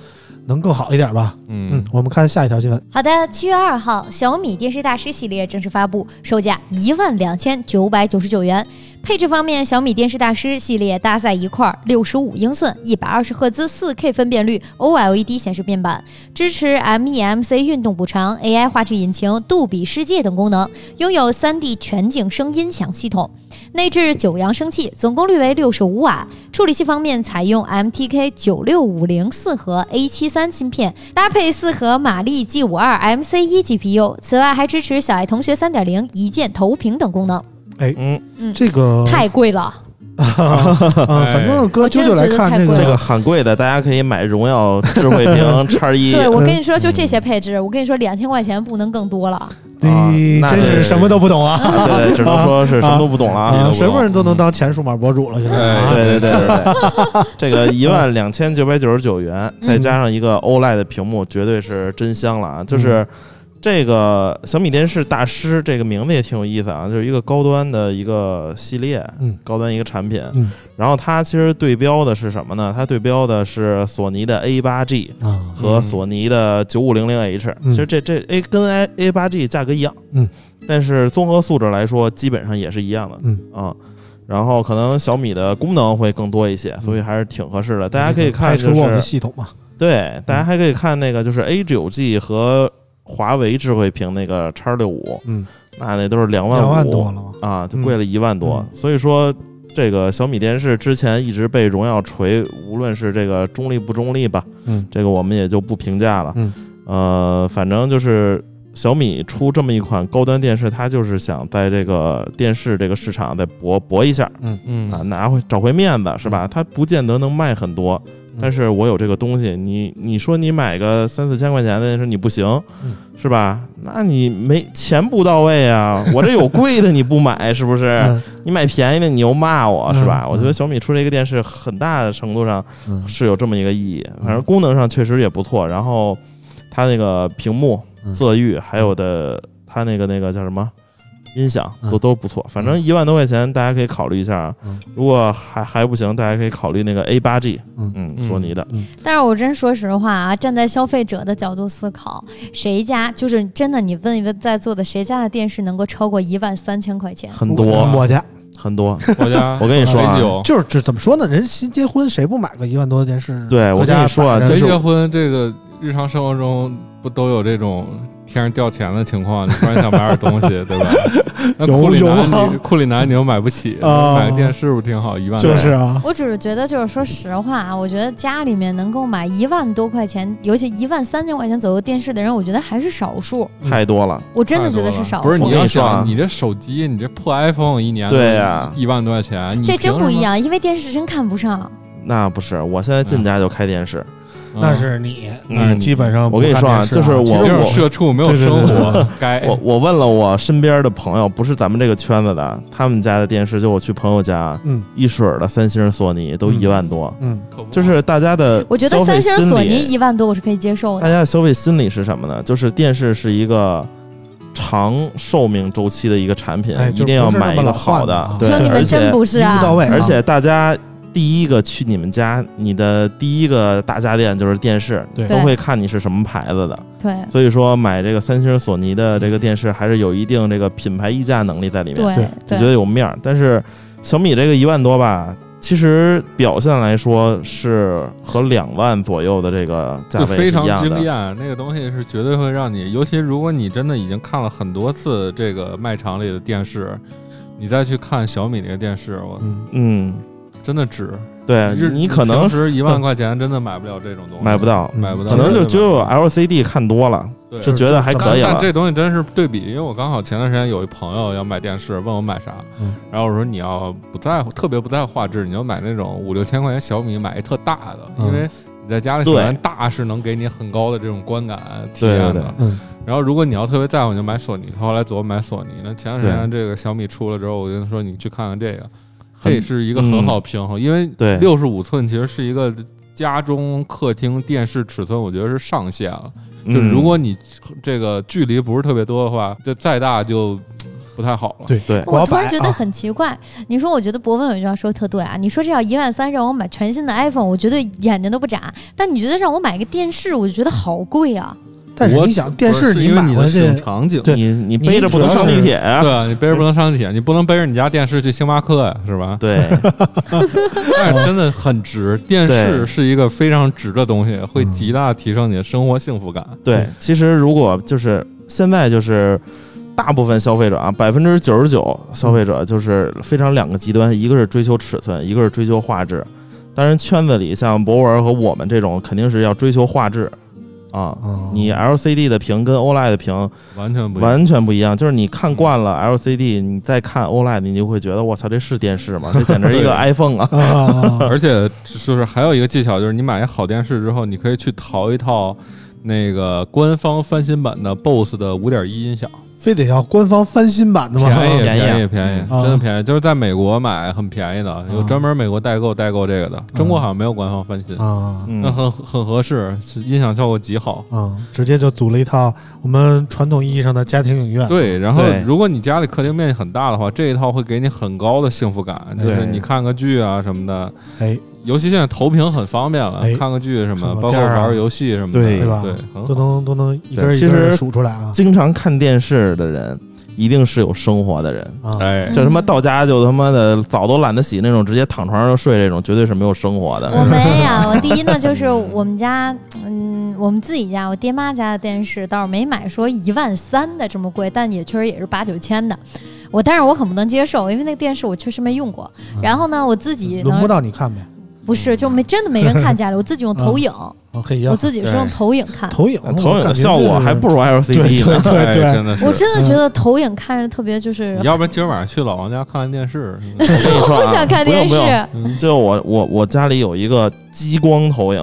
Speaker 3: 能更好一点吧。嗯
Speaker 5: 嗯，，
Speaker 3: 我们看下一条新闻，
Speaker 2: 好的，七月二号，小米电视大师系列正式发布，售价一万两千九百九十九元。配置方面，小米电视大师系列搭载一块六十五英寸、一百二十赫兹四 K 分辨率 OLED E 显示面板，支持 MEMC 运动补偿、AI 画质引擎、杜比世界等功能，拥有 3D 全景声音响系统。内置九扬声器，总功率为六十五瓦。处理器方面，采用 MTK 九六五零四核 A 七三芯片，搭配四核马力 G 五二 MC 一 GPU。此外，还支持小爱同学三点零一键投屏等功能。
Speaker 4: 嗯，
Speaker 3: 这个
Speaker 2: 太贵了，
Speaker 3: 啊，反正搁
Speaker 2: 我
Speaker 3: 啾
Speaker 2: 真
Speaker 3: 啾
Speaker 2: 的
Speaker 3: 来
Speaker 2: 觉得
Speaker 3: 看
Speaker 2: 太
Speaker 3: 这
Speaker 2: 贵
Speaker 4: 这
Speaker 3: 个
Speaker 4: 个很贵的，大家可以买荣耀智慧 屏叉一。
Speaker 2: 对我
Speaker 3: 嗯
Speaker 2: 跟你说，就这些配置，我跟你说，两千块钱不能更多了。
Speaker 4: 啊
Speaker 3: 你
Speaker 4: 那
Speaker 3: 真是
Speaker 4: 得
Speaker 3: 什么都不懂啊！
Speaker 4: 对对，只能说是什么都不懂了
Speaker 5: 啊
Speaker 4: 啊
Speaker 5: 啊。
Speaker 3: 什么人都能当前数码博主了，现在啊
Speaker 5: 哎
Speaker 4: 对对对对对， 这个一万两千九百九十九元，
Speaker 2: 嗯
Speaker 4: 再加上一个 OLED 的屏幕，绝对是真香了啊！就是这个小米电视大师这个名字也挺有意思啊，就是一个高端的一个系列，
Speaker 3: 嗯
Speaker 4: 高端一个产品。
Speaker 3: 嗯
Speaker 4: 然后它其实对标的是什么呢？它对标的是索尼的 A 八 G
Speaker 3: 啊，
Speaker 4: 和索尼的九五零零 H。
Speaker 3: 嗯
Speaker 4: 其实这这 A 跟 A A 八 G 价格一样，
Speaker 3: 嗯，
Speaker 4: 但是综合素质来说，基本上也是一样的，
Speaker 3: 嗯
Speaker 4: 啊。然后可能小米的功能会更多一
Speaker 3: 嗯
Speaker 4: 些，所以还是挺合适的。大家可以看，
Speaker 3: 排嗯
Speaker 4: 就
Speaker 3: 除我们的
Speaker 4: 是
Speaker 3: 系统嘛，
Speaker 4: 对，大家还可以看那个就是 A 九 G 和华为智慧屏那个叉六五，
Speaker 3: 嗯，
Speaker 4: 那那都是两万
Speaker 3: 两
Speaker 4: 五
Speaker 3: 万多了嘛，
Speaker 4: 啊，就贵了一万
Speaker 3: 嗯
Speaker 4: 多。所以说，这个小米电视之前一直被荣耀锤，无论是这个中立不中立吧，
Speaker 3: 嗯
Speaker 4: 这个我们也就不评价了。
Speaker 3: 嗯，
Speaker 4: 呃，反正就是小米出这么一款高端电视，它就是想在这个电视这个市场再搏搏一下
Speaker 5: 嗯
Speaker 4: 啊，拿回找回面子是吧？
Speaker 3: 嗯
Speaker 4: 它不见得能卖很多。但是我有这个东西，你你说你买个三四千块钱的电视你不行，
Speaker 3: 嗯
Speaker 4: 是吧？那你没钱不到 位啊！我这有贵的你不买，是不是？
Speaker 3: 嗯
Speaker 4: 你买便宜的你又骂我是吧？
Speaker 3: 嗯
Speaker 4: 我觉得小米出这个电视，很大的程度上
Speaker 3: 嗯
Speaker 4: 是有这么一个意义。反正功能上确实也不错，然后它那个屏幕
Speaker 3: 嗯
Speaker 4: 色域，还有的它那个那个叫什么音响
Speaker 3: 嗯
Speaker 4: 都都不错。反正一万多块钱大家可以考虑一下啊
Speaker 3: 嗯。
Speaker 4: 如果还还不行，大家可以考虑那个 A 八 G，
Speaker 3: 嗯
Speaker 4: 嗯，
Speaker 5: 嗯
Speaker 4: 索尼的。
Speaker 2: 但是我真说实话啊，站在消费者的角度思考，谁家就是真的，你问一问在座的谁家的电视能够超过一万三千块钱？
Speaker 4: 很
Speaker 5: 哇
Speaker 4: 多
Speaker 3: 我家
Speaker 4: 很多，
Speaker 5: 我家
Speaker 4: 我跟你说啊
Speaker 5: 没酒，
Speaker 3: 就是这怎么说呢？人新结婚谁不买个一万多的电视？
Speaker 4: 对我
Speaker 3: 搁家
Speaker 4: 跟你说
Speaker 3: 摆
Speaker 4: 啊
Speaker 3: 着
Speaker 4: 真
Speaker 5: 没
Speaker 4: 是
Speaker 5: 结婚这个日常生活中不都有这种天上掉钱的情况？你突然想买点东西，对吧？那
Speaker 3: 有
Speaker 5: 库里
Speaker 3: 有
Speaker 5: 南
Speaker 3: 吗
Speaker 5: 你库里南你又买不起，
Speaker 3: 啊
Speaker 5: 买个电视不挺好？一万
Speaker 3: 就是啊，
Speaker 2: 我只是觉得，就是说实话啊，我觉得家里面能够买一万多块钱，尤其一万三千块钱左右电视的人，我觉得还是少数。
Speaker 4: 太多了。
Speaker 2: 我真的
Speaker 5: 太
Speaker 2: 觉
Speaker 5: 多
Speaker 2: 得
Speaker 5: 了
Speaker 2: 是少数。
Speaker 5: 不是你要
Speaker 4: 我跟你说啊
Speaker 5: 想，你这手机，你这破 iPhone 一年
Speaker 4: 对呀
Speaker 5: 一万多块钱，你
Speaker 2: 这
Speaker 5: 凭
Speaker 2: 真
Speaker 5: 什
Speaker 2: 不
Speaker 5: 么
Speaker 2: 一。样，因为电视真看不上。
Speaker 4: 那不是，我现在进家就开电视。
Speaker 5: 嗯
Speaker 3: 那是你，
Speaker 4: 嗯
Speaker 3: 那是基本上
Speaker 4: 我跟你说啊
Speaker 3: 不看电视
Speaker 4: 就是
Speaker 5: 你
Speaker 4: 我
Speaker 5: 这种社畜没有
Speaker 3: 对对
Speaker 5: 生
Speaker 3: 对
Speaker 5: 活，该
Speaker 4: 我我问了我身边的朋友，不是咱们这个圈子的，他们家的电视，就我去朋友家，
Speaker 3: 嗯
Speaker 4: 一水儿的三星、索尼都
Speaker 3: 嗯
Speaker 4: 一万多，
Speaker 3: 嗯
Speaker 5: 可不
Speaker 4: 就是大家的
Speaker 2: 我觉得
Speaker 4: 消
Speaker 2: 三
Speaker 4: 费
Speaker 2: 星、
Speaker 4: 心
Speaker 2: 索
Speaker 4: 理哎
Speaker 2: 尼一万多我是可以接受
Speaker 4: 大
Speaker 2: 的。
Speaker 4: 家的消费心理是什么呢？就是电视是一个长寿命周期的一个产品，
Speaker 3: 哎
Speaker 4: 一
Speaker 3: 就
Speaker 4: 定要
Speaker 3: 不是那么
Speaker 4: 买一个
Speaker 3: 老
Speaker 4: 好
Speaker 3: 换的
Speaker 4: 的。
Speaker 3: 啊
Speaker 4: 对
Speaker 2: 说，你
Speaker 4: 而
Speaker 2: 们真
Speaker 4: 且
Speaker 2: 不是
Speaker 3: 一步到
Speaker 2: 啊？
Speaker 3: 位啊，
Speaker 4: 而且大家第一个去你们家，你的第一个大家电就是电视，
Speaker 3: 对
Speaker 4: 都会看你是什么牌子的。
Speaker 2: 对
Speaker 4: 所以说买这个三星、索尼的这个电视，还是有一定这个品牌溢价能力在里面，
Speaker 3: 对
Speaker 2: 对
Speaker 4: 就觉得有面儿。但是小米这个一万多吧，其实表现来说是和两万左右的这个价
Speaker 5: 就
Speaker 4: 位是
Speaker 5: 非
Speaker 4: 一
Speaker 5: 常
Speaker 4: 样
Speaker 5: 惊
Speaker 4: 的。
Speaker 5: 艳，那个东西是绝对会让你，尤其如果你真的已经看了很多次这个卖场里的电视，你再去看小米那个电视，我
Speaker 3: 嗯
Speaker 4: 嗯，
Speaker 5: 真的值。
Speaker 4: 对
Speaker 5: 日
Speaker 4: 你可能
Speaker 5: 平时一 万块钱真的买不了这种东西，
Speaker 4: 买不到，
Speaker 5: 买不到，
Speaker 4: 可能就只有 LCD 看多了，
Speaker 5: 对
Speaker 4: 就觉得还可以
Speaker 5: 但
Speaker 4: 了
Speaker 5: 但。这东西真是对比，因为我刚好前段时间有一朋友要买电视，问我买啥，
Speaker 3: 嗯
Speaker 5: 然后我说你要不在乎，特别不在乎画质，你就买那种五六千块钱小米买一特大的，
Speaker 3: 嗯
Speaker 5: 因为你在家里
Speaker 4: 对
Speaker 5: 显然大是能给你很高的这种观感体验
Speaker 4: 对
Speaker 5: 的
Speaker 4: 对对。
Speaker 3: 嗯
Speaker 5: 然后如果你要特别在乎，你就买索尼。他后来琢磨买索尼。那前段时间这个小米出了之后，我跟他说你去看看这个，
Speaker 4: 很嗯
Speaker 5: 这是一个很好平衡，因为
Speaker 4: 对
Speaker 5: 六十五寸其实是一个家中客厅电视尺寸，我觉得是上限了。就
Speaker 4: 嗯
Speaker 5: 如果你这个距离不是特别多的话，就再大就不太好了。
Speaker 3: 对
Speaker 4: 对
Speaker 3: 我
Speaker 2: 我
Speaker 3: 要
Speaker 2: 突然
Speaker 3: 摆
Speaker 2: 觉得
Speaker 3: 啊
Speaker 2: 很奇怪，你说我觉得博文有一句话说得特对啊，你说这要一万三让我买全新的 iPhone，我绝对眼睛都不眨。但你觉得让我买个电视，我就觉得好贵啊。
Speaker 3: 但是
Speaker 5: 我
Speaker 3: 你想，电
Speaker 5: 不
Speaker 3: 视
Speaker 5: 是是
Speaker 3: 你
Speaker 5: 因为
Speaker 3: 买
Speaker 5: 你的
Speaker 3: 回
Speaker 5: 使
Speaker 3: 去
Speaker 5: 用，场景，
Speaker 3: 对
Speaker 4: 你你背着不能上地铁啊，
Speaker 5: 对啊，你背着不能上地铁，你不能背着你家电视去星巴克呀，是吧？
Speaker 4: 对，
Speaker 5: 但
Speaker 3: 哦
Speaker 5: 是真的很值，电视
Speaker 4: 对
Speaker 5: 是一个非常值的东西，会
Speaker 3: 嗯
Speaker 5: 极大提升你的生活幸福感。
Speaker 4: 对，其实如果就是现在就是大部分消费者啊，百分之九十九消费者就是非常两个极端，一个是追求尺寸，一个是追求画质。当然，圈子里像博文和我们这种肯定是要追求画质啊。
Speaker 3: 哦
Speaker 4: 你 LCD 的屏跟 OLED 的屏
Speaker 5: 完全不一样。
Speaker 4: 完全不一样，就是你看惯了 LCD，你再看 OLED，你就会觉得我操，这是电视吗？这简直一
Speaker 5: 对
Speaker 4: 个 iPhone 啊！
Speaker 3: 啊，
Speaker 5: 而且就是还有一个技巧，就是你买一好电视之后，你可以去淘一套那个官方翻新版的 BOSS 的五点一音响，
Speaker 3: 非得要官方翻新版的吗？
Speaker 5: 便宜
Speaker 4: 便宜啊
Speaker 5: 便宜便宜，
Speaker 3: 嗯
Speaker 5: 真的便宜，就是在美国买很便宜的，有专门美国代购代购这个的，
Speaker 3: 嗯
Speaker 5: 中国好像没有官方翻新，
Speaker 3: 啊
Speaker 4: 嗯
Speaker 5: 那很很合适，是音响效果极好。
Speaker 3: 啊，直接就组了一套我们传统意义上的家庭影院。
Speaker 5: 对，然后
Speaker 4: 对
Speaker 5: 如果你家里客厅面积很大的话，这一套会给你很高的幸福感，就是
Speaker 3: 对
Speaker 5: 你看个剧啊什么的，
Speaker 3: 哎，
Speaker 5: 尤其现在投屏很方便了
Speaker 3: 哎，
Speaker 5: 看个剧什么，
Speaker 3: 看个
Speaker 5: 包括
Speaker 3: 片儿啊
Speaker 5: 玩个游戏什么的，
Speaker 4: 对
Speaker 5: 对
Speaker 3: 对吧
Speaker 5: 很
Speaker 3: 都
Speaker 5: 好。
Speaker 3: 能都能一根儿
Speaker 4: 对
Speaker 3: 一
Speaker 4: 其
Speaker 3: 根儿
Speaker 4: 实
Speaker 3: 数出来啊
Speaker 4: 经常看电视的人，一定是有生活的人。
Speaker 3: 啊！
Speaker 5: 哎，
Speaker 4: 就他妈到家就他妈的澡都懒得洗那种，直接躺床上就睡这种，绝对是没有生活
Speaker 2: 我
Speaker 4: 的。
Speaker 2: 没有，我第一呢就是我们家，嗯，我们自己家，我爹妈家的电视倒是没买说一万三的这么贵，但也确实也是八九千的。我但是我很不能接受，因为那个电视我确实没用过。然后呢，我自己
Speaker 3: 轮
Speaker 2: 呢
Speaker 3: 不到你看呗。
Speaker 2: 不是就没真的没人看家里，我自己用投影，
Speaker 3: 啊，可以呀
Speaker 2: 我自己是用投影看。
Speaker 3: 投影，
Speaker 4: 投影
Speaker 3: 我感
Speaker 4: 的
Speaker 3: 觉
Speaker 4: 效
Speaker 3: 就
Speaker 4: 果
Speaker 3: 是
Speaker 4: 还不如
Speaker 3: 对
Speaker 4: LCD
Speaker 3: 对
Speaker 4: 呢。
Speaker 3: 对
Speaker 5: 哎
Speaker 3: 对
Speaker 5: 真，的是。
Speaker 2: 我真的觉得投影看着特别就是
Speaker 5: 你要不然今儿晚上去老王家看看电视，
Speaker 4: 我跟你说
Speaker 2: 不
Speaker 4: 啊，
Speaker 2: 想看
Speaker 4: 不
Speaker 2: 电
Speaker 4: 用
Speaker 2: 视
Speaker 4: 不，用。就我我我家里有一个激光投影，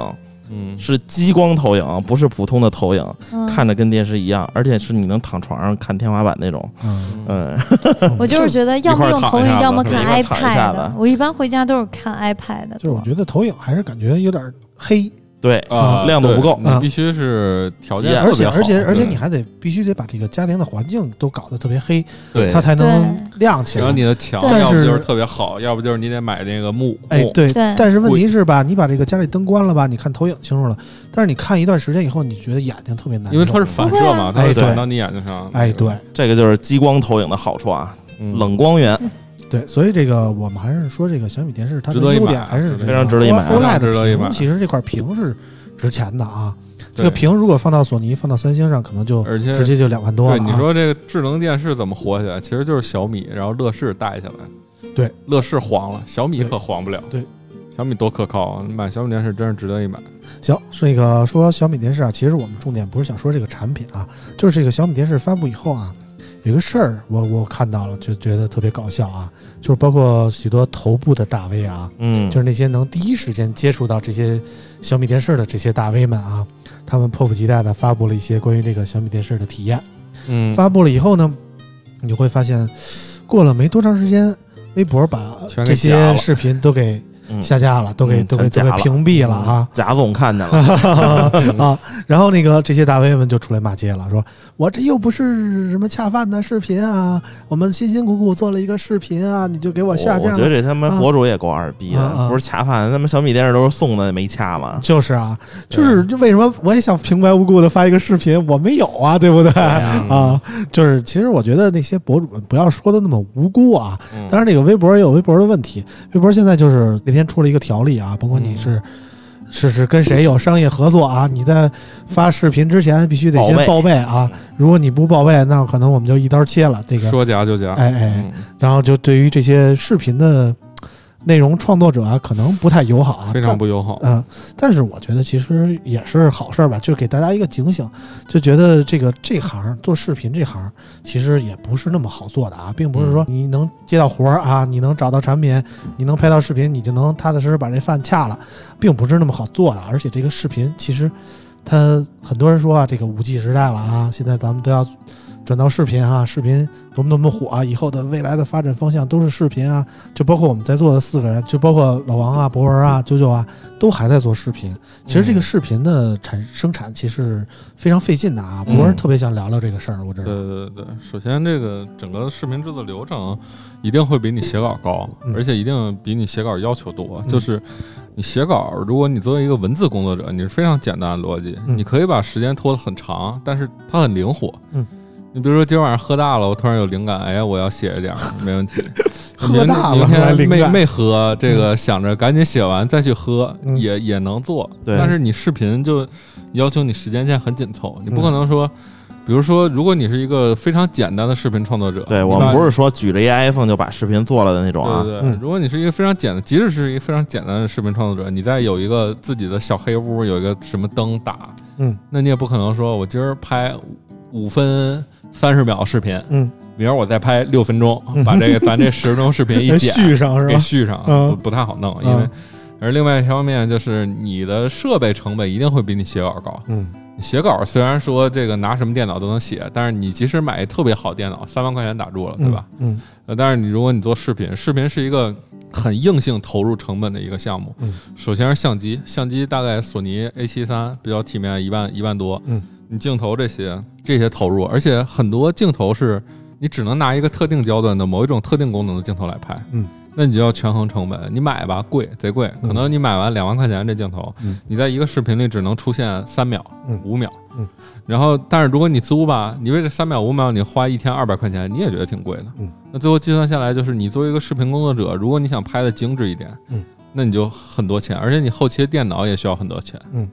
Speaker 5: 嗯，
Speaker 4: 是激光投影，啊不是普通的投影，
Speaker 2: 嗯
Speaker 4: 看着跟电视一样，而且是你能躺床上看天花板那种。
Speaker 3: 嗯
Speaker 4: 嗯，
Speaker 2: 我就是觉得要么用投影，要么看
Speaker 4: 一块儿躺一下
Speaker 2: iPad
Speaker 4: 吧
Speaker 2: 的。我一般回家都是看 iPad 的。
Speaker 3: 就是我觉得投影还是感觉有点黑，
Speaker 4: 对，
Speaker 5: 啊，
Speaker 4: 亮度不够
Speaker 3: 嗯
Speaker 5: 对你必须是条件
Speaker 3: 而
Speaker 5: 特
Speaker 3: 且
Speaker 5: 别好，
Speaker 3: 而且而且
Speaker 5: 对
Speaker 3: 你还得必须得把这个家庭的环境都搞得特别黑，
Speaker 4: 对
Speaker 3: 它才能亮起
Speaker 5: 然后
Speaker 3: 来。
Speaker 5: 你的墙
Speaker 2: 对
Speaker 5: 要不就
Speaker 3: 但
Speaker 5: 是
Speaker 3: 是
Speaker 5: 特别好，要不就是你得买那个幕
Speaker 3: 哎，
Speaker 5: 幕
Speaker 3: 对，
Speaker 2: 对
Speaker 3: 但是问题是吧，你把这个家里灯关了吧，你看投影清楚了，但是你看一段时间以后，你觉得眼睛特别难受，
Speaker 5: 因为它是反射嘛，
Speaker 3: 不会啊
Speaker 5: 它会
Speaker 3: 哎
Speaker 5: 反
Speaker 3: 对
Speaker 5: 到你眼睛上。
Speaker 3: 哎，对
Speaker 4: 这个就是激光投影的好处啊，
Speaker 5: 嗯，
Speaker 4: 冷光源。
Speaker 3: 对，所以这个我们还是说这个小米电视它的
Speaker 5: 值得一买啊
Speaker 3: 优点还是
Speaker 5: 非
Speaker 4: 常值得一买
Speaker 3: OLED
Speaker 5: 值得一买啊
Speaker 3: 屏其实这块屏是值钱的啊，这
Speaker 5: 对
Speaker 3: 个屏如果放到索尼、放到三星上，可能就
Speaker 5: 而且
Speaker 3: 直接就两万多了
Speaker 5: 对，
Speaker 3: 啊。
Speaker 5: 你说这个智能电视怎么火起来？其实就是小米，然后乐视带起来。
Speaker 3: 对，
Speaker 5: 乐视黄了，小米
Speaker 3: 对
Speaker 5: 可黄不了。
Speaker 3: 对，
Speaker 5: 小米多可靠啊！买小米电视真是值得一买。
Speaker 3: 行，是那个说小米电视啊，其实我们重点不是想说这个产品啊，就是这个小米电视发布以后啊，有个事儿我我看到了，就觉得特别搞笑啊，就是包括许多头部的大 V 啊，
Speaker 4: 嗯，
Speaker 3: 就是那些能第一时间接触到这些小米电视的这些大 V 们啊，他们迫不及待的发布了一些关于这个小米电视的体验。
Speaker 5: 嗯，
Speaker 3: 发布了以后呢，你会发现，过了没多长时间，微博把
Speaker 5: 全给
Speaker 3: 这些
Speaker 5: 夹了
Speaker 3: 视频都给
Speaker 4: 嗯
Speaker 3: 下架了，都给
Speaker 4: 嗯
Speaker 3: 都给都
Speaker 4: 全夹
Speaker 3: 给
Speaker 4: 了嗯
Speaker 3: 屏蔽了啊。
Speaker 4: 贾总看 见了，
Speaker 3: 啊，然后那个这些大 V 们就出来骂街了，说我这又不是什么恰饭的视频啊，我们辛辛苦苦做了一个视频啊，你就给我
Speaker 4: 我
Speaker 3: 下架
Speaker 4: 觉得
Speaker 3: 了。啊
Speaker 4: 这他妈博主也够二逼
Speaker 3: 啊啊
Speaker 4: 的，
Speaker 3: 啊
Speaker 4: 不是恰饭，他们小米电视都是送的，没恰吗？
Speaker 3: 就是啊，就是为什么我也想平白无故的发一个视频，我没有啊，对不对？
Speaker 5: 嗯
Speaker 4: 呀
Speaker 3: 啊，就是其实我觉得那些博主们不要说的那么无辜啊。
Speaker 4: 嗯
Speaker 3: 当然，这个微博也有微博的问题，微博现在就是那天出了一个条例啊，甭管你是。是是跟谁有商业合作啊？你在发视频之前必须得先
Speaker 4: 报备
Speaker 3: 报备啊！如果你不报备，那可能我们就一刀切了。这个
Speaker 5: 说夹就夹。
Speaker 3: 哎哎，
Speaker 5: 嗯，
Speaker 3: 然后就对于这些视频的内容创作者啊，可能不太友好啊，
Speaker 5: 非常不友好。
Speaker 3: 嗯，但是我觉得其实也是好事儿吧，就是给大家一个警醒，就觉得这个这行做视频这行其实也不是那么好做的啊，并不是说你能接到活儿啊，你能找到产品，你能拍到啊视频，你就能踏踏实实把这饭恰了，并不是那么好做的，而且这个视频其实它很多人说啊，这个五 G 时代了啊，现在咱们都要转到视频啊，视频多么多么火啊，以后的未来的发展方向都是视频啊，就包括我们在座的四个人，就包括老王啊、博文啊、九九啊，都还在做视频。其实这个视频的产生产其实非常费劲的啊，博文
Speaker 4: 嗯
Speaker 3: 特别想聊聊这个事儿，我知道
Speaker 5: 对。对对，首先这个整个视频制作流程一定会比你写稿高，
Speaker 3: 嗯
Speaker 5: 而且一定比你写稿要求多。
Speaker 3: 嗯
Speaker 5: 就是你写稿，如果你作为一个文字工作者，你是非常简单的逻辑，
Speaker 3: 嗯
Speaker 5: 你可以把时间拖得很长，但是它很灵活。
Speaker 3: 嗯。
Speaker 5: 你比如说今晚上喝大了，我突然有灵感，哎呀，我要写一点儿，没问题。
Speaker 3: 喝大了还
Speaker 5: 明天
Speaker 3: 灵
Speaker 5: 明天没
Speaker 3: 感
Speaker 5: 没喝，这个想着赶紧写完再去喝，
Speaker 3: 嗯
Speaker 5: 也也能做。
Speaker 4: 对
Speaker 5: 但是你视频就要求你时间线很紧凑，你
Speaker 3: 嗯
Speaker 5: 不可能说，比如说，如果你是一个非常简单的视频创作者，
Speaker 4: 对
Speaker 5: 你
Speaker 4: 我们
Speaker 5: 把
Speaker 4: 不是说举着一 iPhone 就把视频做了的那种啊
Speaker 5: 对，对
Speaker 3: 嗯
Speaker 5: 对，如果你是一个非常简单，即使是一个非常简单的视频创作者，你再有一个自己的小黑屋，有一个什么灯打，
Speaker 3: 嗯，
Speaker 5: 那你也不可能说我今儿拍五分三十秒视频，
Speaker 3: 嗯，
Speaker 5: 明儿我再拍六分钟，把这个咱这十分钟视频一
Speaker 3: 能
Speaker 5: 剪，
Speaker 3: 续上是
Speaker 5: 给
Speaker 3: 吧？
Speaker 5: 续上，啊
Speaker 3: 嗯
Speaker 5: 不不太好弄，
Speaker 3: 嗯
Speaker 5: 因为。而另外一方面就是你的设备成本一定会比你写稿高。
Speaker 3: 嗯，
Speaker 5: 你写稿虽然说这个拿什么电脑都能写，但是你即使买一特别好电脑，三万块钱打住了，对吧？
Speaker 3: 嗯？
Speaker 5: 呃，但是你如果你做视频，视频是一个很硬性投入成本的一个项目。
Speaker 3: 嗯，
Speaker 5: 首先是相机，相机大概索尼 A 7 3比较体面，一万一万多。
Speaker 3: 嗯，
Speaker 5: 你镜头这些这些投入，而且很多镜头是你只能拿一个特定焦段的某一种特定功能的镜头来拍。
Speaker 3: 嗯。
Speaker 5: 那你就要权衡成本，你买吧，贵贼贵，可能你买完两万块钱这镜头，
Speaker 3: 嗯
Speaker 5: 你在一个视频里只能出现三秒、
Speaker 3: 嗯
Speaker 5: 五秒，
Speaker 3: 嗯，
Speaker 5: 然后但是如果你租吧，你为这三秒五秒你花一天二百块钱，你也觉得挺贵的，那最后计算下来，就是你作为一个视频工作者，如果你想拍的精致一点，
Speaker 3: 嗯，
Speaker 5: 那你就很多钱，而且你后期的电脑也需要很多钱，
Speaker 3: 嗯，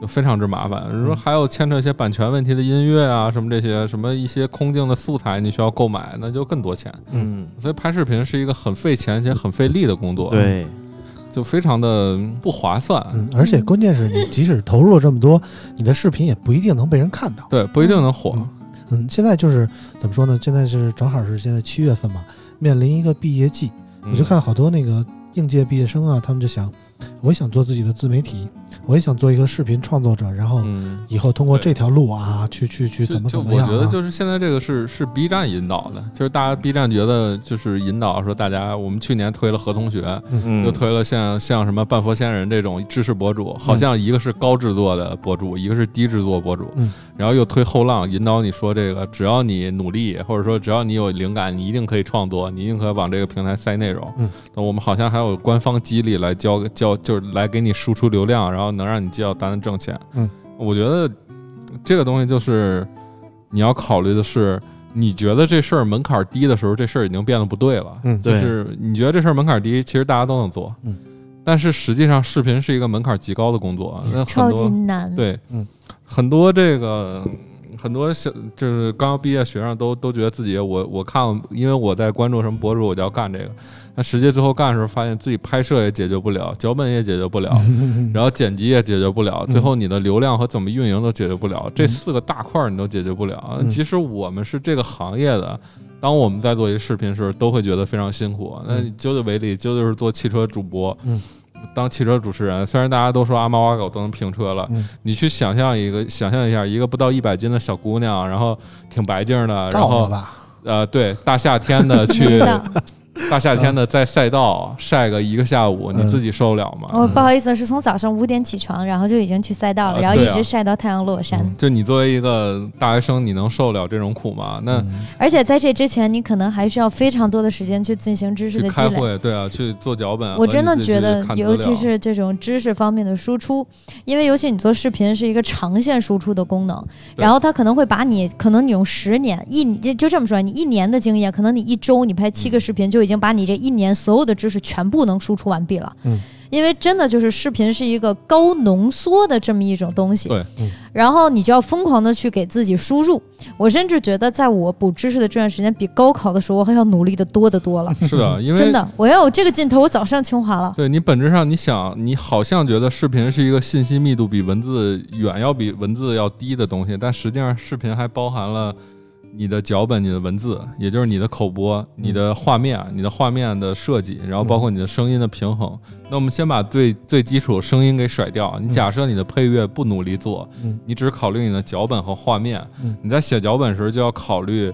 Speaker 5: 就非常之麻烦。如说还有牵扯一些版权问题的音乐啊，什么这些，什么一些空镜的素材，你需要购买，那就更多钱。
Speaker 4: 嗯，
Speaker 5: 所以拍视频是一个很费钱且很费力的工作，，
Speaker 4: 对，
Speaker 5: 就非常的不划算。
Speaker 3: 嗯，而且关键是你即使投入了这么多，你的视频也不一定能被人看到。
Speaker 5: 对，不一定能火。
Speaker 3: 嗯，现在就是怎么说呢？现在是正好是现在七月份嘛，面临一个毕业季，
Speaker 5: 嗯
Speaker 3: 我就看好多那个应届毕业生啊，他们就想，我也想做自己的自媒体，我也想做一个视频创作者，然后
Speaker 5: 嗯，
Speaker 3: 以后通过这条路啊，去去去
Speaker 5: 就
Speaker 3: 怎么
Speaker 5: 就
Speaker 3: 怎么
Speaker 5: 我
Speaker 3: 样、啊。
Speaker 5: 觉得就是现在这个是是 B 站引导的，就是大家 B 站觉得就是引导说大家，我们去年推了合同学，
Speaker 4: 嗯
Speaker 5: 又推了像像什么半佛仙人这种知识博主，
Speaker 3: 嗯
Speaker 5: 好像一个是高制作的博主，一个是低制作博主，
Speaker 3: 嗯
Speaker 5: 然后又推后浪，引导你说这个，只要你努力，或者说只要你有灵感，你一定可以创作，你一定可以往这个平台塞内容。
Speaker 3: 嗯，
Speaker 5: 那我们好像还有官方激励来教教，就是来给你输出流量，然后能让你接到单子挣钱。
Speaker 3: 嗯，
Speaker 5: 我觉得这个东西就是你要考虑的是。你觉得这事儿门槛低的时候，这事儿已经变得不对了。
Speaker 3: 嗯，
Speaker 4: 对
Speaker 5: 就是你觉得这事儿门槛低，其实大家都能做，
Speaker 3: 嗯，
Speaker 5: 但是实际上视频是一个门槛极高的工作，啊那
Speaker 2: 超
Speaker 5: 很
Speaker 2: 级
Speaker 5: 多
Speaker 2: 难。
Speaker 5: 对，
Speaker 3: 嗯，
Speaker 5: 很多这个很多小就是刚毕业学生都都觉得自己我我看，因为我在关注什么博主，我就要干这个，那实际最后干的时候发现自己拍摄也解决不了，脚本也解决 不了，然后剪辑也解决不
Speaker 3: 嗯
Speaker 5: 了，最后你的流量和怎么运营都解决不了，这四个大块儿你都解决不了。
Speaker 3: 嗯
Speaker 5: 即使我们是这个行业的，当我们在做一个视频时，都会觉得非常辛苦。那
Speaker 3: 嗯
Speaker 5: 究究为例，究究是做汽车主播，
Speaker 3: 嗯
Speaker 5: 当汽车主持人，虽然大家都说阿啊猫阿狗都能评车了，
Speaker 3: 嗯
Speaker 5: 你去想象一个，想象一下一个不到一百斤的小姑娘，然后挺白净的，然
Speaker 3: 到了
Speaker 5: 后
Speaker 3: 吧？
Speaker 5: 呃，对，大夏天的 去
Speaker 2: 真的，
Speaker 5: 大夏天的在赛道晒个一个下午，你
Speaker 3: 嗯
Speaker 5: 自己受得了吗？
Speaker 2: 哦我不好意思，是从早上五点起床，然后就已经去赛道了，
Speaker 5: 啊
Speaker 2: 然后
Speaker 5: 对
Speaker 2: 一
Speaker 5: 啊嗯
Speaker 2: 直晒到太阳落山。
Speaker 5: 就你作为一个大学生，你能受得了这种苦吗？那
Speaker 3: 嗯
Speaker 2: 而且在这之前，你可能还需要非常多的时间去进行知识
Speaker 5: 去
Speaker 2: 的积
Speaker 5: 开
Speaker 2: 累。
Speaker 5: 会，对啊，去做脚本，
Speaker 2: 我真的
Speaker 5: 和你自己
Speaker 2: 觉得
Speaker 5: 去，看资料
Speaker 2: 尤其是这种知识方面的输出，因为尤其你做视频是一个长线输出的功能，
Speaker 5: 对
Speaker 2: 然后它可能会把你，可能你用十年一就就这么说，你一年的经验，可能你一周你拍
Speaker 5: 嗯
Speaker 2: 七个视频，就已经把你这一年所有的知识全部能输出完毕了。
Speaker 3: 嗯，
Speaker 2: 因为真的就是视频是一个高浓缩的这么一种东西。
Speaker 5: 对
Speaker 3: 嗯
Speaker 2: 然后你就要疯狂的去给自己输入。我甚至觉得，在我补知识的这段时间，比高考的时候还要努力的多得多了。
Speaker 5: 是的，因为
Speaker 2: 真的，我要有这个劲头，我早上清华了。
Speaker 5: 对你本质上，你想，你好像觉得视频是一个信息密度比文字远要比文字要低的东西，但实际上视频还包含了你的脚本、你的文字，也就是你的口播、你的画面、你的画面的设计，然后包括你的声音的平衡。那我们先把最最基础声音给甩掉。你假设你的配乐不努力做，
Speaker 3: 嗯
Speaker 5: 你只考虑你的脚本和画面。
Speaker 3: 嗯
Speaker 5: 你在写脚本时就要考虑。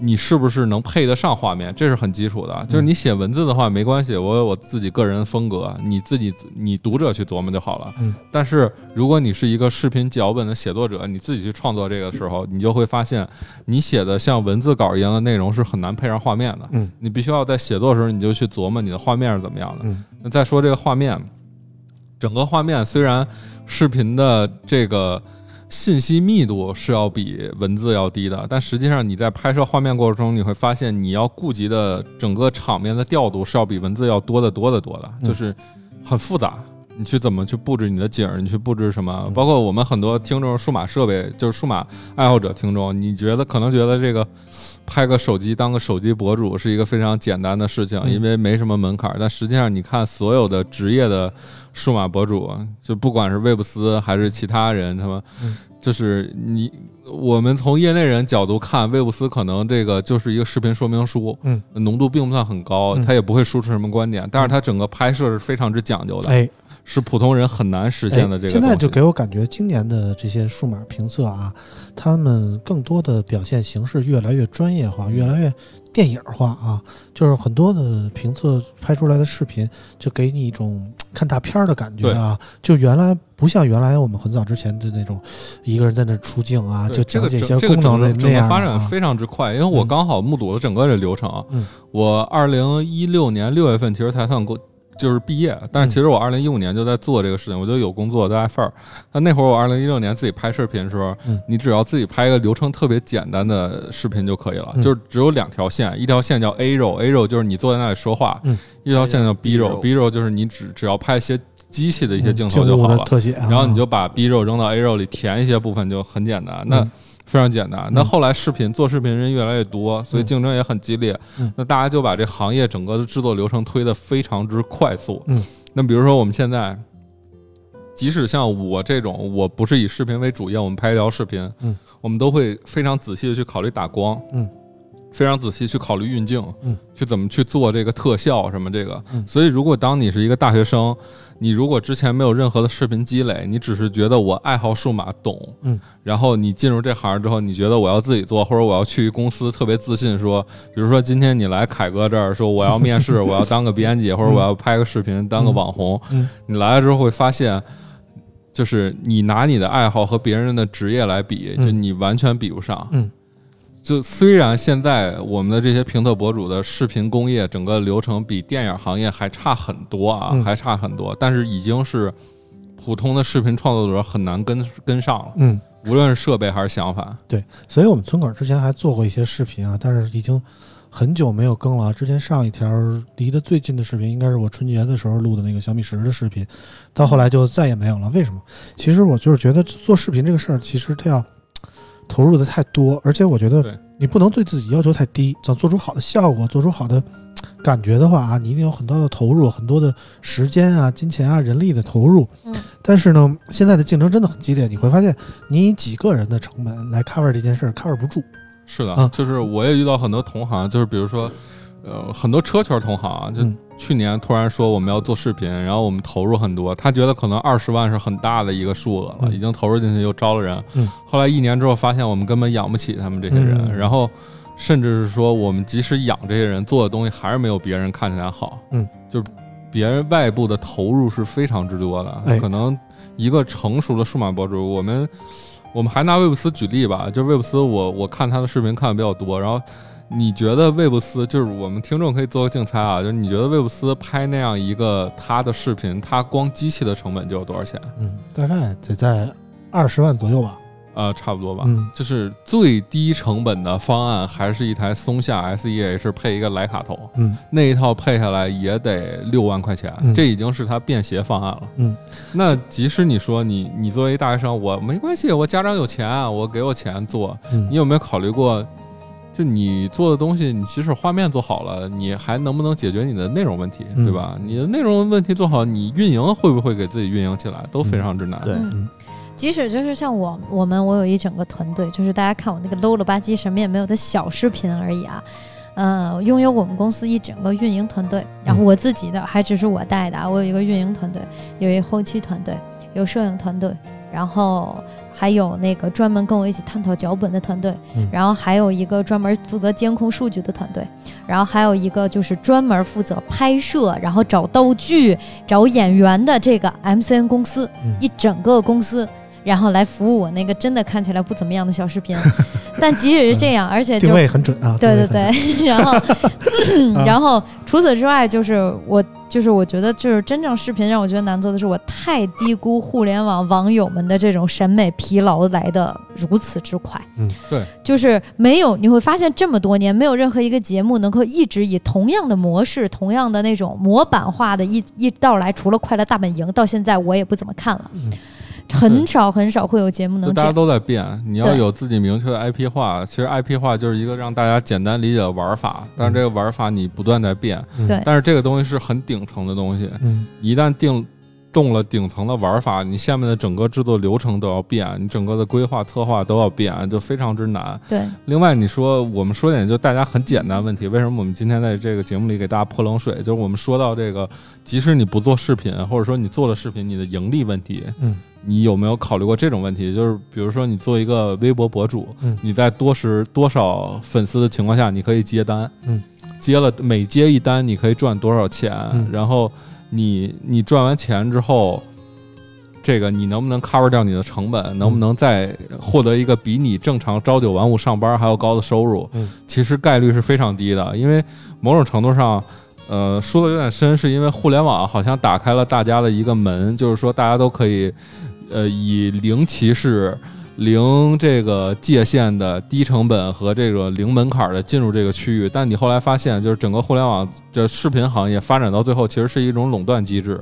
Speaker 5: 你是不是能配得上画面？这是很基础的。
Speaker 3: 嗯
Speaker 5: 就是你写文字的话没关系，我有我自己个人风格，你自己你读者去琢磨就好了。
Speaker 3: 嗯
Speaker 5: 但是如果你是一个视频脚本的写作者，你自己去创作这个时候，你就会发现你写的像文字稿一样的内容是很难配上画面的。
Speaker 3: 嗯，
Speaker 5: 你必须要在写作的时候你就去琢磨你的画面是怎么样的。
Speaker 3: 嗯
Speaker 5: 那再说这个画面，整个画面虽然视频的这个信息密度是要比文字要低的，但实际上你在拍摄画面过程中，你会发现你要顾及的整个场面的调度是要比文字要多得多得多的，
Speaker 3: 嗯
Speaker 5: 就是很复杂。你去怎么去布置你的景儿？你去布置什么
Speaker 3: 嗯？
Speaker 5: 包括我们很多听众数码设备，就是数码爱好者听众，你觉得可能觉得这个拍个手机当个手机博主是一个非常简单的事情，
Speaker 3: 嗯
Speaker 5: 因为没什么门槛儿。但实际上，你看所有的职业的数码博主，就不管是魏布斯还是其他人，他们
Speaker 3: 嗯
Speaker 5: 就是你，我们从业内人角度看，魏布斯可能这个就是一个视频说明书，
Speaker 3: 嗯，
Speaker 5: 浓度并不算很高，
Speaker 3: 嗯
Speaker 5: 他也不会输出什么观点，但是他整个拍摄是非常之讲究的，
Speaker 3: 哎，
Speaker 5: 是普通人很难实现的这个东西。
Speaker 3: 现在就给我感觉，今年的这些数码评测啊，他们更多的表现形式越来越专业化，越来越电影化啊。就是很多的评测拍出来的视频，就给你一种看大片儿的感觉啊。就原来不像原来我们很早之前的那种，一个人在那儿出镜啊，
Speaker 5: 对
Speaker 3: 就
Speaker 5: 这
Speaker 3: 讲
Speaker 5: 个
Speaker 3: 解一
Speaker 5: 整
Speaker 3: 些
Speaker 5: 这个
Speaker 3: 功能
Speaker 5: 整
Speaker 3: 的
Speaker 5: 个
Speaker 3: 那
Speaker 5: 整个
Speaker 3: 样
Speaker 5: 发
Speaker 3: 的
Speaker 5: 展
Speaker 3: 啊。
Speaker 5: 非常之快，因为我
Speaker 3: 嗯
Speaker 5: 刚好目睹了整个这流程啊。
Speaker 3: 嗯
Speaker 5: 我二零一六年六月份其实才算过。就是毕业，但是其实
Speaker 3: 嗯
Speaker 5: 我二零一五年就在做这个事情，我就有工作在 F 二。但那会儿我二零一六年自己拍视频的时候，
Speaker 3: 嗯
Speaker 5: 你只要自己拍一个流程特别简单的视频就可以了，
Speaker 3: 嗯
Speaker 5: 就是只有两条线，一条线叫 A 肉，A 肉就是你坐在那里说话，
Speaker 3: 嗯
Speaker 5: 一条线叫 B 肉
Speaker 4: B-roll
Speaker 5: ，B 肉就是你只只要拍一些机器的一些
Speaker 3: 嗯
Speaker 5: 镜头
Speaker 3: 静
Speaker 5: 就
Speaker 3: 物
Speaker 5: 好
Speaker 3: 的
Speaker 5: 了。
Speaker 3: 特写啊，
Speaker 5: 然后你就把 B 肉扔到 A 肉里填一些部分就很简单，那
Speaker 3: 嗯
Speaker 5: 非常简单。那后来视频做视频人越来越多，所以竞争也很激烈
Speaker 3: 嗯。
Speaker 5: 那大家就把这行业整个的制作流程推得非常之快速
Speaker 3: 嗯。
Speaker 5: 那比如说我们现在，即使像我这种，我不是以视频为主业，我们拍一条视频
Speaker 3: 嗯，
Speaker 5: 我们都会非常仔细的去考虑打光，
Speaker 3: 嗯
Speaker 5: 非常仔细去考虑运镜，
Speaker 3: 嗯，
Speaker 5: 去怎么去做这个特效什么这个
Speaker 3: 嗯。
Speaker 5: 所以，如果当你是一个大学生，你如果之前没有任何的视频积累，你只是觉得我爱好数码懂，
Speaker 3: 嗯，
Speaker 5: 然后你进入这行之后，你觉得我要自己做，或者我要去一公司特别自信说，比如说今天你来凯哥这儿说我要面试，我要当个编辑，或者我要拍个视频当个网红，
Speaker 3: 嗯
Speaker 5: 你来了之后会发现。就是你拿你的爱好和别人的职业来比，
Speaker 3: 嗯
Speaker 5: 就你完全比不上。
Speaker 3: 嗯
Speaker 5: 就虽然现在我们的这些评测博主的视频工业整个流程比电影行业还差很多啊，
Speaker 3: 嗯
Speaker 5: 还差很多，但是已经是普通的视频创作者很难跟跟上了，
Speaker 3: 嗯。
Speaker 5: 无论是设备还是想法。
Speaker 3: 所以我们村口之前还做过一些视频啊，但是已经很久没有更了啊。之前上一条离得最近的视频，应该是我春节的时候录的那个小米十的视频，到后来就再也没有了。为什么？其实我就是觉得做视频这个事儿，其实它要投入的太多，而且我觉
Speaker 5: 对
Speaker 3: 得你不能对自己要求太低，想做出好的效果，做出好的。感觉的话啊，你一定有很多的投入，很多的时间啊、金钱啊、人力的投入。
Speaker 2: 嗯
Speaker 3: 但是呢，现在的竞争真的很激烈，你会发现你以几个人的成本来 cover 这件事儿 cover 不住。
Speaker 5: 是的，
Speaker 3: 啊
Speaker 5: 就是我也遇到很多同行，就是比如说，呃，很多车圈同行啊，就
Speaker 3: 嗯
Speaker 5: 去年突然说我们要做视频，然后我们投入很多，他觉得可能二十万是很大的一个数额了，
Speaker 3: 嗯
Speaker 5: 已经投入进去又招了人，
Speaker 3: 嗯
Speaker 5: 后来一年之后发现我们根本养不起他们这些人，
Speaker 3: 嗯
Speaker 5: 然后甚至是说我们即使养这些人做的东西还是没有别人看起来好，
Speaker 3: 嗯，
Speaker 5: 就是别人外部的投入是非常之多的，
Speaker 3: 哎
Speaker 5: 可能一个成熟的数码博主，我们。我们还拿魏布斯举例吧，就是魏布斯我，我看他的视频看的比较多。然后你觉得魏布斯，就是我们听众可以做个竞猜啊，就是你觉得魏布斯拍那样一个他的视频，他光机器的成本就有多少钱？
Speaker 3: 嗯，大概得在二十万左右吧。
Speaker 5: 呃，差不多吧。
Speaker 3: 嗯
Speaker 5: 就是最低成本的方案，还是一台松下 SEH 配一个徕卡头，
Speaker 3: 嗯，
Speaker 5: 那一套配下来也得六万块钱，
Speaker 3: 嗯
Speaker 5: 这已经是他便携方案了。
Speaker 3: 嗯，
Speaker 5: 那即使你说你你作为大学生，我没关系，我家长有钱啊，我给我钱做，
Speaker 3: 嗯
Speaker 5: 你有没有考虑过，就你做的东西，你即使画面做好了，你还能不能解决你的内容问题，
Speaker 3: 嗯
Speaker 5: 对
Speaker 3: 嗯
Speaker 5: 吧？你的内容问题做好，你运营会不会给自己运营起来，都非常之难。
Speaker 4: 对
Speaker 2: 嗯即使就是像我我们，我有一整个团队，就是大家看我那个 low 了吧唧什么也没有的小视频而已啊。嗯，拥有我们公司一整个运营团队，然后我自己的还只是我带的啊，我有一个运营团队，有一后期团队，有摄影团队，然后还有那个专门跟我一起探讨脚本的团队，
Speaker 3: 嗯
Speaker 2: 然后还有一个专门负责监控数据的团队，然后还有一个就是专门负责拍摄，然后找道具、找演员的这个 MCN 公司，
Speaker 3: 嗯
Speaker 2: 一整个公司。然后来服务我那个真的看起来不怎么样的小视频， 但即使是这样，而且就
Speaker 3: 定位很准啊。
Speaker 2: 对对
Speaker 3: 定位很准，
Speaker 2: 对， 然后，嗯
Speaker 5: 嗯
Speaker 2: 然后除此之外，就是我，就是我觉得，就是真正视频让我觉得难做的是，我太低估互联网网友们的这种审美疲劳来的如此之快。
Speaker 3: 嗯，
Speaker 5: 对，
Speaker 2: 就是没有，你会发现这么多年，没有任何一个节目能够一直以同样的模式、同样的那种模板化的一一道来，除了《快乐大本营》，到现在我也不怎么看了，
Speaker 3: 嗯
Speaker 2: 很少很少会有节目
Speaker 5: 就
Speaker 2: 能这
Speaker 5: 大家
Speaker 2: 样。
Speaker 5: 都在变，你要
Speaker 2: 对
Speaker 5: 有自己明确的 IP 化。其实 IP 化就是一个让大家简单理解的玩法，但是这个玩法你不断在变。
Speaker 3: 嗯
Speaker 2: 对
Speaker 5: 但是这个东西是很顶层的东西，
Speaker 3: 嗯，
Speaker 5: 一旦定动了顶层的玩法，你下面的整个制作流程都要变，你整个的规划策划都要变，就非常之难。
Speaker 2: 对，
Speaker 5: 另外，你说我们说点就大家很简单的问题，为什么我们今天在这个节目里给大家泼冷水？就是我们说到这个，即使你不做视频，或者说你做了视频，你的盈利问题，
Speaker 3: 嗯，
Speaker 5: 你有没有考虑过这种问题？就是比如说你做一个微博博主，
Speaker 3: 嗯
Speaker 5: 你在多时多少粉丝的情况下，你可以接单，
Speaker 3: 嗯，
Speaker 5: 接了每接一单你可以赚多少钱，
Speaker 3: 嗯
Speaker 5: 然后你你赚完钱之后。这个你能不能 cover 掉你的成
Speaker 3: 嗯
Speaker 5: 本？能不能再获得一个比你正常朝九晚五上班还要高的收入？
Speaker 3: 嗯
Speaker 5: 其实概率是非常低的，因为某种程度上，呃，说的有点深，是因为互联网好像打开了大家的一个门，就是说大家都可以，呃，以零歧视、零这个界限的低成本和这个零门槛的进入这个区域。但你后来发现，就是整个互联网这视频行业发展到最后，其实是一种垄断机制，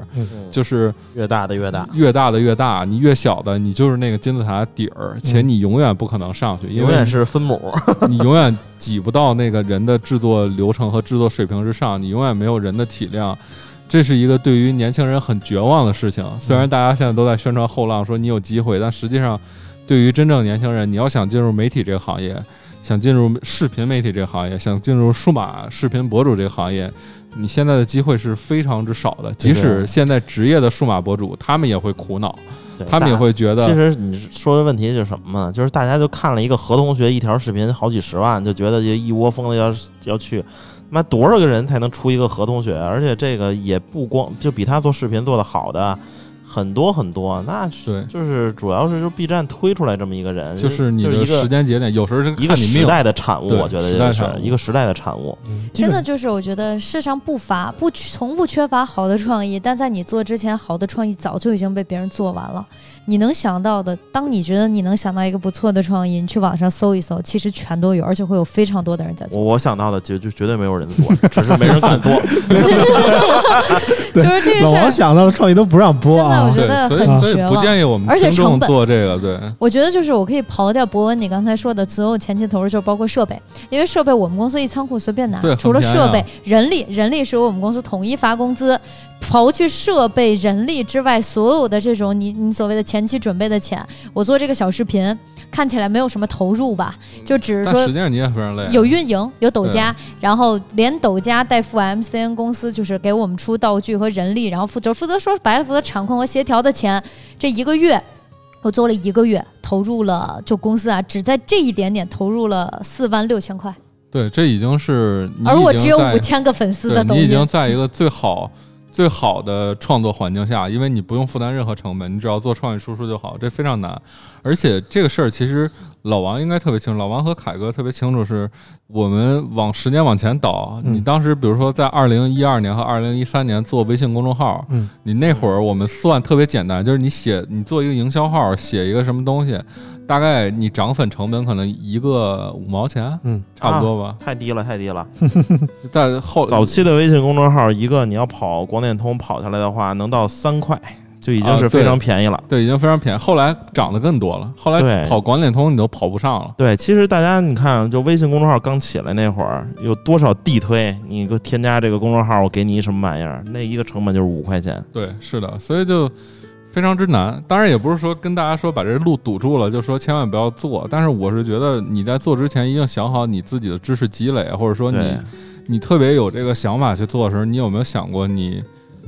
Speaker 5: 就是
Speaker 4: 越大的越嗯大，
Speaker 5: 越大的越大，你越小的你就是那个金字塔底儿，且
Speaker 3: 嗯
Speaker 5: 你永远不可能上去，因
Speaker 4: 永
Speaker 5: 为
Speaker 4: 远是分母。
Speaker 5: 你永远挤不到那个人的制作流程和制作水平之上，你永远没有人的体量。这是一个对于年轻人很绝望的事情。
Speaker 4: 嗯
Speaker 5: 虽然大家现在都在宣传后浪，说你有机会，但实际上，对于真正年轻人，你要想进入媒体这个行业，想进入视频媒体这个行业，想进入数码视频博主这个行业，你现在的机会是非常之少
Speaker 4: 嗯
Speaker 5: 的。即使现在职业的数码博主，他们也会苦恼，
Speaker 4: 对
Speaker 5: 他们也。会觉
Speaker 4: 大
Speaker 5: 得
Speaker 4: 其实你说的问题就是什么呢？就是大家就看了一个何同学一条视频好几十万，就觉得这一窝蜂的要要去，妈多少个人才能出一个何同学？而且这个也不光就比他做视频做的好的很多很多，那是
Speaker 5: 对
Speaker 4: 就是主要是就 B 站推出来这么一个人，
Speaker 5: 就是是你
Speaker 4: 一
Speaker 5: 的
Speaker 4: 个
Speaker 5: 时间节点，有时候是
Speaker 4: 一个
Speaker 5: 看你
Speaker 4: 时
Speaker 5: 命。
Speaker 4: 代的产物，
Speaker 5: 对
Speaker 4: 我觉得
Speaker 5: 时
Speaker 4: 这
Speaker 5: 代
Speaker 4: 个是
Speaker 5: 产物
Speaker 4: 一个时代的产物。
Speaker 3: 嗯
Speaker 2: 真的就是，我觉得世上不乏不从不缺乏好的创意，但在你做之前，好的创意早就已经被别人做完了。你能想到的，当你觉得你能想到一个不错的创意，你去网上搜一搜，其实全都有，而且会有非常多的人在做。
Speaker 4: 我我想到的就就绝对没有人做， 只是没人敢做。
Speaker 3: 对
Speaker 2: 就是这个
Speaker 3: 老
Speaker 2: 事
Speaker 3: 王
Speaker 2: 儿，
Speaker 3: 想到的创意都不让播啊
Speaker 2: 真的我
Speaker 5: 对，
Speaker 2: 觉，得
Speaker 5: 所以
Speaker 2: 很
Speaker 5: 所以
Speaker 2: 绝
Speaker 5: 不
Speaker 2: 望
Speaker 5: 建议我们
Speaker 2: 而且
Speaker 5: 听众
Speaker 2: 成本
Speaker 5: 做这个，对，
Speaker 2: 我觉得就是我可以刨掉博文你刚才说的所有前期投入，就是包括设备，因为设备我们公司一仓库随便拿
Speaker 5: 对，
Speaker 2: 除了
Speaker 5: 很便宜啊
Speaker 2: 设备，人力人力是我们公司统一发工资，刨去设备、人力之外，所有的这种你你所谓的前期准备的钱，我做这个小视频看起来没有什么投入吧，就只是
Speaker 5: 但
Speaker 2: 说
Speaker 5: 实际上你也非常累啊。
Speaker 2: 有运营，有抖加，然后连抖加带付 MCN 公司，就是给我们出道具和人力，然后负责负责说白了负责场控和协调的钱，这一个月。我做了一个月，投入了就公司啊，只在这一点点投入了四万六千块，
Speaker 5: 对，这已经是你
Speaker 2: 而
Speaker 5: 已
Speaker 2: 我
Speaker 5: 经
Speaker 2: 只有
Speaker 5: 在
Speaker 2: 五千个粉丝
Speaker 5: 对
Speaker 2: 的抖
Speaker 5: 你已经
Speaker 2: 音，
Speaker 5: 在一个最好最好的创作环境下，因为你不用负担任何成本，你只要做创意输出就好，这非常难。而且这个事儿其实老王应该特别清楚，老王和凯哥特别清楚是，我们往十年往前倒，
Speaker 3: 嗯
Speaker 5: 你当时比如说在二零一二年和二零一三年做微信公众号，
Speaker 3: 嗯
Speaker 5: 你那会儿我们算特别简单，就是你写你做一个营销号，写一个什么东西，大概你涨粉成本可能一个五毛钱，
Speaker 3: 嗯，
Speaker 5: 差不多吧。
Speaker 4: 太低了，太低了。
Speaker 5: 但后
Speaker 4: 早期的微信公众号，一个你要跑广电通跑下来的话，能到三块，就已经
Speaker 5: 啊
Speaker 4: 是
Speaker 5: 对
Speaker 4: 非常便宜了。
Speaker 5: 对，已经非常便宜。后来涨得更多了，后来
Speaker 4: 对
Speaker 5: 跑广联通你都跑不上了。
Speaker 4: 对，其实大家你看，就微信公众号刚起来那会儿，有多少地推？你给我添加这个公众号，我给你一什么玩意儿？那一个成本就是五块钱。
Speaker 5: 对，是的，所以就非常之难。当然也不是说跟大家说把这路堵住了，就说千万不要做。但是我是觉得你在做之前一定想好你自己的知识积累，或者说你
Speaker 4: 对
Speaker 5: 你特别有这个想法去做的时候，你有没有想过你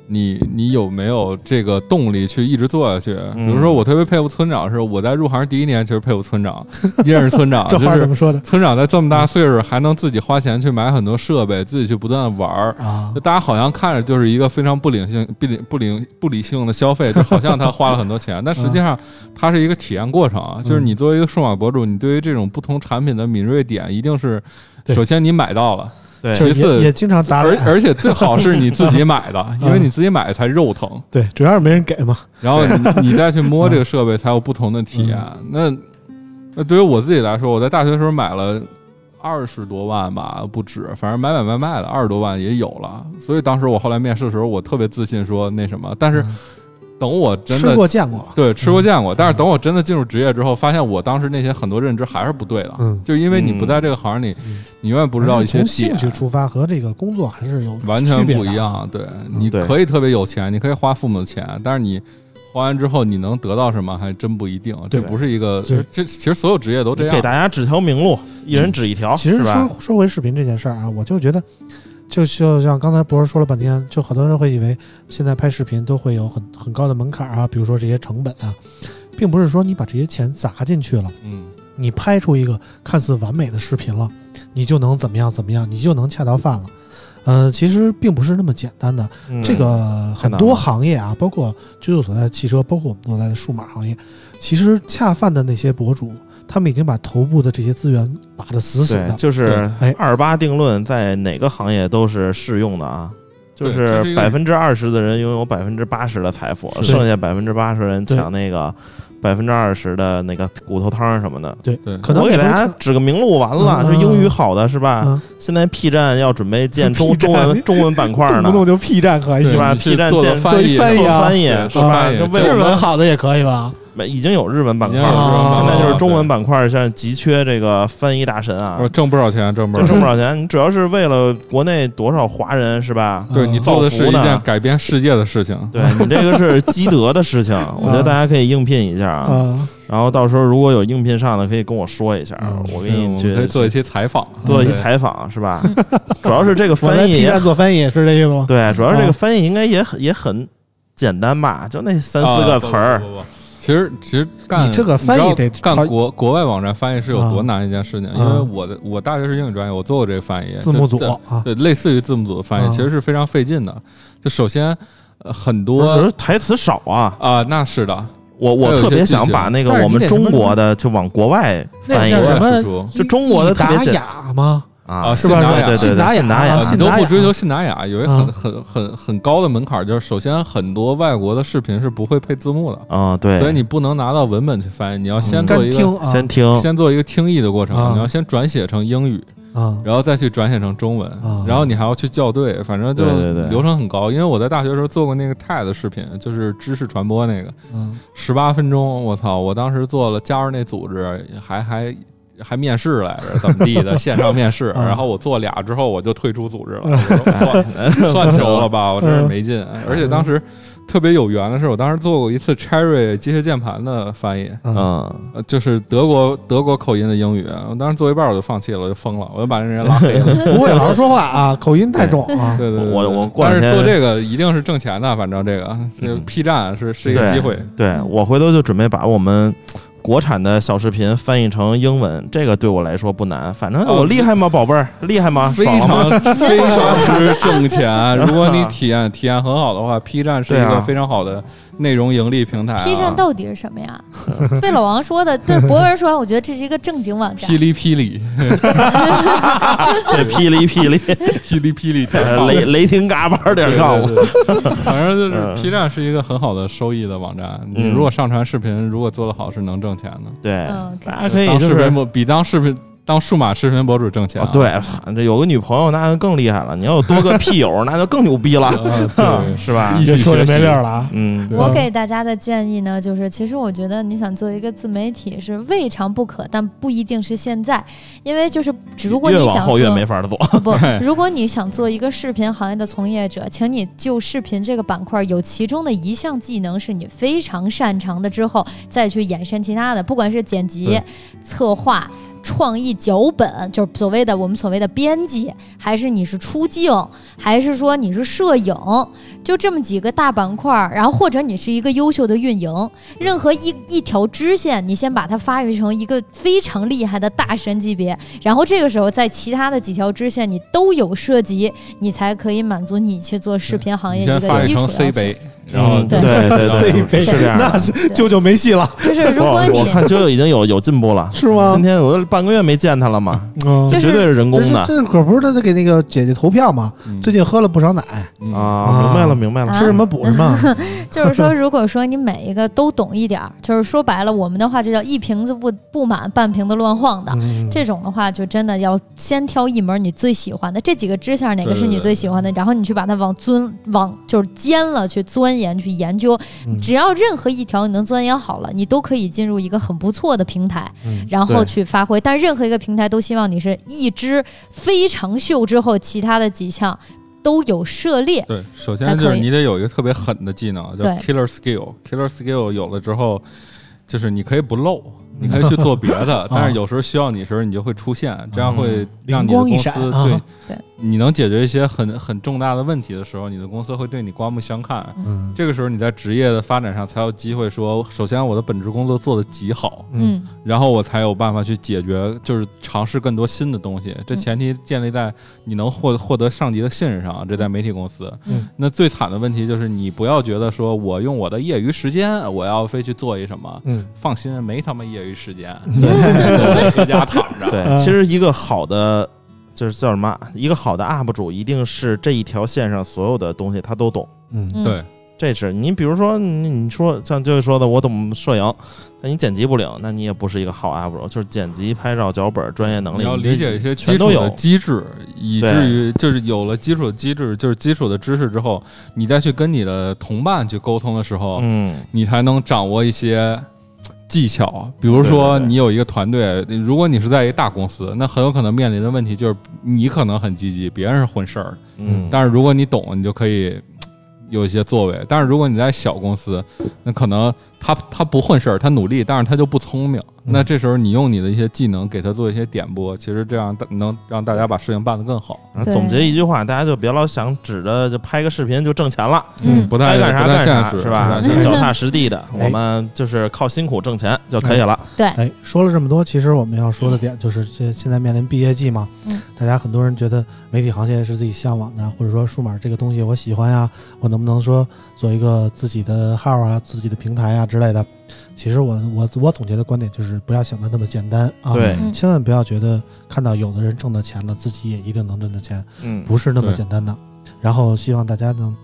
Speaker 5: 你你有没有这个动力去一直做下去？比如说我特别佩服村长，是我在入行第一年其实佩服村长， 认识村长
Speaker 3: 这
Speaker 5: 啊就
Speaker 3: 话是怎
Speaker 5: 是
Speaker 3: 么说的
Speaker 5: 村长在这么大岁数还能自己花钱去买很多设备，自己去不断的玩儿。
Speaker 3: 啊
Speaker 5: 就？大家好像看着就是一个非常不理性、不理不理不理性的消费，就好像他花了很多钱，但实际上它是一个体验过程啊。就是你作为一个数码博主，你对于这种不同产品的敏锐点，一定是
Speaker 3: 对
Speaker 5: 首先你买到了，
Speaker 4: 对
Speaker 3: 就是
Speaker 5: 啊其次
Speaker 3: 也也经常打
Speaker 5: 而
Speaker 3: 脸，啊
Speaker 5: 而且最好是你自己买的，因为你自己买的才肉疼，
Speaker 3: 对，主要是没人给嘛。
Speaker 5: 然后你你再去摸这个设备才有不同的体验。
Speaker 3: 嗯
Speaker 5: 那那对于我自己来说，我在大学的时候买了。二十多万吧，不止，反正买买卖卖的二十多万也有了。所以当时我后来面试的时候，我特别自信说那什么，但是
Speaker 3: 嗯
Speaker 5: 等我真
Speaker 3: 吃
Speaker 5: 的
Speaker 3: 过嗯见过，啊
Speaker 5: 对吃过见过，但是等我真的进入职业之后，发现我当时那些很多认知还是不对的，
Speaker 3: 嗯
Speaker 5: 就因为你不在这个行里，
Speaker 3: 嗯
Speaker 5: 你永远不知道一些
Speaker 3: 从
Speaker 5: 点啊
Speaker 3: 兴。趣出发和这个工作还是有
Speaker 5: 完
Speaker 3: 区
Speaker 5: 全
Speaker 3: 别
Speaker 5: 不
Speaker 3: 的
Speaker 5: 一样。对，你
Speaker 4: 嗯对
Speaker 5: 可以特别有钱，你可以花父母的钱，但是你花完之后，你能得到什么还真不一定。
Speaker 3: 对
Speaker 5: 这不是一个，
Speaker 3: 对
Speaker 5: 这这其实所有职业都这
Speaker 4: 给
Speaker 5: 样。
Speaker 4: 大家指条明路，一人指一条，
Speaker 3: 其实
Speaker 4: 是吧？
Speaker 3: 说说回视频这件事儿啊，我就觉得，就就像刚才博士说了半天，就很多人会以为现在拍视频都会有很很高的门槛啊，比如说这些成本啊，并不是说你把这些钱砸进去了，
Speaker 5: 嗯，
Speaker 3: 你拍出一个看似完美的视频了，你就能怎么样怎么样，你就能恰到饭了。呃，其实并不是那么简单的。
Speaker 4: 嗯
Speaker 3: 这个很多行业啊，包括九九所在的汽车，包括我们所在的数码行业，其实恰饭的那些博主，他们已经把头部的这些资源把得死死
Speaker 4: 对
Speaker 3: 的，。
Speaker 4: 就是
Speaker 3: 哎
Speaker 4: 二八定论在哪个行业都是适用的啊。就
Speaker 5: 对这是一
Speaker 4: 是
Speaker 5: 个
Speaker 4: 百分之二十的人拥有百分之八十的财富，
Speaker 3: 是
Speaker 4: 剩下百分之八十人
Speaker 3: 对
Speaker 4: 抢那个百分之二十的那个骨头汤什么的。
Speaker 3: 对，
Speaker 5: 对，
Speaker 3: 可能
Speaker 4: 我给
Speaker 3: 有
Speaker 4: 大
Speaker 3: 时候
Speaker 4: 家
Speaker 3: 看
Speaker 4: 指个啊明路，完了，
Speaker 3: 嗯
Speaker 4: 是英语好的是吧？
Speaker 3: 嗯
Speaker 4: 现在 P 站要准备建中
Speaker 3: P 站
Speaker 4: 中文中文板块
Speaker 3: 动
Speaker 4: 呢
Speaker 3: 不，动就 P 站可以
Speaker 5: 对
Speaker 4: 是吧
Speaker 5: 你
Speaker 4: ？P 站
Speaker 5: 做
Speaker 4: 建
Speaker 5: 个翻
Speaker 3: 做一
Speaker 5: 译，
Speaker 3: 翻译啊
Speaker 4: 翻译
Speaker 5: 对
Speaker 4: 是吧？
Speaker 5: 做翻译
Speaker 4: 就为
Speaker 3: 日
Speaker 4: 我
Speaker 3: 文
Speaker 4: 们
Speaker 3: 好的也可以吧？
Speaker 4: 已经有日文板
Speaker 5: 已
Speaker 4: 块
Speaker 5: 经有
Speaker 4: 了，
Speaker 3: 啊
Speaker 4: 现在就是中文
Speaker 5: 版。
Speaker 4: 板块，现在急缺这个翻译大神啊
Speaker 5: 我。哦挣不少钱，挣不
Speaker 4: 这
Speaker 5: 少。
Speaker 4: 挣
Speaker 5: 钱。
Speaker 4: 不少钱，你主要是为了国内多少华人是吧？
Speaker 5: 对你做的是一
Speaker 4: 嗯造福呢
Speaker 5: 件改变世界的事情。
Speaker 4: 对你这个是积德的事情，我觉得大家可以应聘一下啊。
Speaker 3: 啊，
Speaker 4: 然后到时候如果有应聘上的，可以跟我说一下
Speaker 3: 嗯，
Speaker 4: 我给
Speaker 5: 嗯
Speaker 4: 哎你
Speaker 5: 我
Speaker 4: 去
Speaker 5: 们可以做一期采访，
Speaker 4: 做一些
Speaker 5: 对
Speaker 4: 采访是吧？主要是这个
Speaker 3: 我在
Speaker 4: 翻译
Speaker 3: P
Speaker 4: 也
Speaker 3: 站做翻译是这意思吗？
Speaker 4: 对，主要是这
Speaker 3: 啊
Speaker 4: 个翻译应该也很也很简单吧，就那三四个词
Speaker 5: 啊
Speaker 4: 儿
Speaker 5: 不。不不不其实其实干
Speaker 3: 你这个翻译得
Speaker 5: 你知道
Speaker 3: 超
Speaker 5: 干国国外网站翻译是有多难一件事情，
Speaker 3: 啊
Speaker 5: 因为我的我大学是英语专业，我做过这个翻译
Speaker 3: 字幕组
Speaker 5: 就
Speaker 3: 啊，
Speaker 5: 对，类似于字幕组的翻
Speaker 3: 啊
Speaker 5: 译，其实是非常费劲的。就首先，呃很
Speaker 4: 不
Speaker 5: 多
Speaker 4: 是台词少啊，
Speaker 5: 啊，那是的，还
Speaker 4: 我我
Speaker 5: 有一些
Speaker 4: 特别
Speaker 5: 剧
Speaker 4: 想
Speaker 5: 情
Speaker 4: 把那个
Speaker 3: 但是
Speaker 4: 我
Speaker 3: 你
Speaker 4: 们
Speaker 3: 得
Speaker 4: 中
Speaker 3: 什么
Speaker 4: 国的就往国外
Speaker 3: 那
Speaker 4: 翻译
Speaker 3: 叫
Speaker 5: 国
Speaker 3: 什
Speaker 5: 外
Speaker 3: 么
Speaker 5: 输出
Speaker 4: 就中国的特别
Speaker 3: 达
Speaker 4: 简
Speaker 3: 雅吗？
Speaker 4: 啊，
Speaker 5: 啊
Speaker 4: 是
Speaker 5: 信
Speaker 4: 吧？
Speaker 5: 达
Speaker 4: 对
Speaker 5: 雅
Speaker 4: 对对
Speaker 3: 信
Speaker 4: 对，
Speaker 3: 达
Speaker 4: 信
Speaker 3: 雅
Speaker 4: 达雅
Speaker 5: 啊，
Speaker 3: 信
Speaker 5: 你都
Speaker 3: 达雅
Speaker 5: 不追求信达雅，有一个
Speaker 3: 啊
Speaker 5: 很很很很高的门槛，就是首先很多外国的视频是不会配字幕的，
Speaker 4: 啊，对，
Speaker 5: 所以你不能拿到文本去翻译，你要先做
Speaker 3: 干
Speaker 5: 一
Speaker 3: 听
Speaker 5: 个
Speaker 3: 啊，
Speaker 4: 先听
Speaker 5: 先做一个听译的过程
Speaker 3: 啊，
Speaker 5: 你要先转写成英语，
Speaker 3: 啊，
Speaker 5: 然后再去转写成中文
Speaker 3: 啊，
Speaker 5: 然后你还要去校对，反正就
Speaker 4: 对对对
Speaker 5: 流程很高。因为我在大学的时候做过那个 TED 视频，就是知识传播那个，
Speaker 3: 嗯
Speaker 5: 十八分钟，我操！我当时做了加入那组织，还还还面试来着，怎么地的线上面试。
Speaker 3: 啊
Speaker 5: 然后我做俩之后，我就退出组织了，我 说
Speaker 4: 哎
Speaker 5: 算算球了吧，我真是没劲。而且当时特别有缘的是，我当时做过一次 Cherry 机械键盘的翻译，
Speaker 3: 嗯，
Speaker 4: 嗯，
Speaker 5: 呃就是德国德国口音的英语。我当时做一半我就放弃了，我就疯了，我就把那人拉黑了。
Speaker 3: 不会老是说话 啊，口音太重啊，
Speaker 5: 对对对对，
Speaker 4: 我我过
Speaker 5: 但
Speaker 4: 两天
Speaker 5: 是做这个一定是挣钱的，反正这个这
Speaker 4: 嗯
Speaker 5: P 站是是一个
Speaker 4: 对
Speaker 5: 机会。
Speaker 4: 对我回头就准备把我们。国产的小视频翻译成英文，这个对我来说不难。反正
Speaker 5: 哦
Speaker 4: 我厉害吗，宝贝儿？厉害吗？
Speaker 5: 非
Speaker 4: 啊爽了吗？
Speaker 5: 常 非 常之挣钱。啊如果你体验体验很好的话，P 站是一
Speaker 4: 对啊
Speaker 5: 个非常好的内容盈利平台、啊。
Speaker 2: P 站到底是什么呀？ 被老王说的，对博文说，我觉得这是一个正经网站
Speaker 5: 噼。里噼里
Speaker 4: 这霹雳霹雳，
Speaker 5: 噼里噼里 电
Speaker 4: 呃
Speaker 5: 报，
Speaker 4: 雷雷霆嘎巴点
Speaker 5: 对
Speaker 4: 儿
Speaker 5: 对
Speaker 4: com，
Speaker 5: 对 对反正就
Speaker 4: 嗯
Speaker 5: 是 P 站是一个很好的收益的网站。你
Speaker 4: 嗯
Speaker 5: 如果上传视频，如果做得好是能挣钱的。
Speaker 4: 对
Speaker 2: 嗯，OK
Speaker 4: 大家可以
Speaker 5: 当
Speaker 4: 就
Speaker 5: 视
Speaker 4: 是
Speaker 5: 频博比当视频当数码视频博主挣钱、
Speaker 4: 啊，对，操这有个女朋友那就更厉害了。你要有多个屁友，那就更牛逼了，
Speaker 5: 啊对
Speaker 4: 是吧
Speaker 5: 一？起
Speaker 3: 这说
Speaker 5: 学
Speaker 3: 就
Speaker 5: 习
Speaker 3: 没溜儿了啊！
Speaker 4: 嗯，
Speaker 2: 我给大家的建议呢，就是其实我觉得你想做一个自媒体是未尝不可，但不一定是现在，因为就是只如果
Speaker 4: 越
Speaker 2: 你
Speaker 4: 往
Speaker 2: 想做
Speaker 4: 后越没法做。
Speaker 2: 不，如果你想做一个视频行业的从业者，请你就视频这个板块有其中的一项技能是你非常擅长的，之后再去延伸其他的，不管是剪辑
Speaker 4: 对、
Speaker 2: 策划。创意脚本就是所谓的我们所谓的编辑，还是你是出镜，还是说你是摄影，就这么几个大板块儿，然后或者你是一个优秀的运营，任何一一条支线，你先把它发育成一个非常厉害的大神级别，然后这个时候在其他的几条支线你都有涉及，你才可以满足你去做视频行业
Speaker 5: 你
Speaker 2: 一
Speaker 5: 先发
Speaker 2: 个
Speaker 5: 育
Speaker 2: 基础
Speaker 5: 成
Speaker 2: 要
Speaker 5: C
Speaker 2: 求。
Speaker 5: 杯，然后
Speaker 4: 嗯对对对，是这样的。
Speaker 3: 那是舅舅没戏了，嗯
Speaker 2: 就是如果
Speaker 4: 我
Speaker 2: 你
Speaker 4: 看九九已经有有进步了，
Speaker 3: 是吗
Speaker 4: 今天我半个月没见他了嘛，
Speaker 3: 嗯
Speaker 2: 就
Speaker 4: 哦绝对是人工的
Speaker 3: 这是这可不是他在给那个姐姐投票吗？
Speaker 5: 嗯
Speaker 3: 最近喝了不少奶，
Speaker 5: 嗯
Speaker 4: 啊，明白了明白了
Speaker 2: 啊，
Speaker 3: 吃什么补什么。
Speaker 2: 就是说，如果说你每一个都懂一点儿，就是说白了，我们的话就叫一瓶子不不满，半瓶子乱晃的。
Speaker 3: 嗯
Speaker 2: 这种的话，就真的要先挑一门你最喜欢的，这几个支线哪个是你最喜欢的，然后你去把它往钻往就是尖了去钻研去研究
Speaker 3: 嗯，
Speaker 2: 只要任何一条你能钻研好了，你都可以进入一个很不错的平台，
Speaker 3: 嗯
Speaker 2: 然后
Speaker 4: 对
Speaker 2: 去发挥。但任何一个平台都希望你是一枝非常秀之后，其他的几项都有涉猎。
Speaker 5: 对，首先就是你得有一个特别狠的技能，叫
Speaker 2: 对
Speaker 5: killer skill。killer skill 有了之后，就是你可以不露，你可以去做别 的，但是有时候需要你的时候，你就会出现，这样会让你的公司
Speaker 3: 啊嗯灵光一闪啊
Speaker 5: 对
Speaker 2: 对
Speaker 5: 你能解决一些很很重大的问题的时候，你的公司会对你刮目相看。
Speaker 3: 嗯
Speaker 5: 这个时候你在职业的发展上才有机会说，首先我的本职工作做得极好，
Speaker 3: 嗯
Speaker 2: 嗯，
Speaker 5: 然后我才有办法去解决，就是尝试更多新的东西。这
Speaker 2: 嗯
Speaker 5: 前提建立在你能获获得上级的信任上，这在媒体公司。
Speaker 3: 嗯
Speaker 5: 那最惨的问题就是你不要觉得说我用我的业余时间，我要非去做一什么。
Speaker 3: 嗯，
Speaker 5: 放心，没他妈业余时间，在回家躺着。
Speaker 4: 对，其实一个好的就是叫什么啊，一个好的 UP 主一定是这一条线上所有的东西他都懂。
Speaker 3: 嗯
Speaker 2: 嗯
Speaker 5: 对
Speaker 4: 这是你比如说你你说像就是说的我懂摄影，那你剪辑不灵，那你也不是一个好 UP 主。就是剪辑、拍照、脚本、专业能力，
Speaker 5: 你要
Speaker 4: 这
Speaker 5: 理解一些基
Speaker 4: 全
Speaker 5: 础
Speaker 4: 都
Speaker 5: 的
Speaker 4: 有。
Speaker 5: 机制，以
Speaker 4: 对
Speaker 5: 至于就是有了基础的机制，就是基础的知识之后，你再去跟你的同伴去沟通的时候，
Speaker 4: 嗯，
Speaker 5: 你才能掌握一些技巧。比如说，
Speaker 4: 对对对
Speaker 5: 你有一个团队，如果你是在一个大公司，那很有可能面临的问题就是你可能很积极，别人是混事儿。
Speaker 4: 嗯，
Speaker 5: 但是如果你懂，你就可以嘖有一些作为。但是如果你在小公司，那可能他他不混事儿，他努力，但是他就不聪明。
Speaker 3: 嗯
Speaker 5: 那这时候你用你的一些技能给他做一些点拨，其实这样大能让大家把事情办得更好。
Speaker 4: 然后
Speaker 2: 对
Speaker 4: 总结一句话，大家就别老想指着就拍个视频就挣钱了，
Speaker 2: 嗯
Speaker 5: 不太
Speaker 4: 该干啥
Speaker 5: 不太
Speaker 4: 干
Speaker 5: 现
Speaker 4: 啥
Speaker 5: 实
Speaker 4: 是吧？
Speaker 5: 不太现
Speaker 4: 就
Speaker 5: 实
Speaker 4: 脚踏实地的，
Speaker 3: 哎
Speaker 4: 我们就是靠辛苦挣钱就可以了。
Speaker 2: 对，
Speaker 3: 哎，说了这么多，其实我们要说的点就是，这现在面临毕业季嘛，
Speaker 2: 嗯
Speaker 3: 大家很多人觉得媒体行业是自己向往的，或者说数码这个东西我喜欢呀，我能不能说做一个自己的号啊、自己的平台啊之类的？其实我我我总结的观点就是，不要想的那么简单啊，
Speaker 4: 对，
Speaker 2: 嗯
Speaker 3: 千万不要觉得看到有的人挣到钱了，自己也一定能挣到钱，
Speaker 4: 嗯，
Speaker 3: 不是那么
Speaker 5: 对
Speaker 3: 简单的。然后希望大家呢，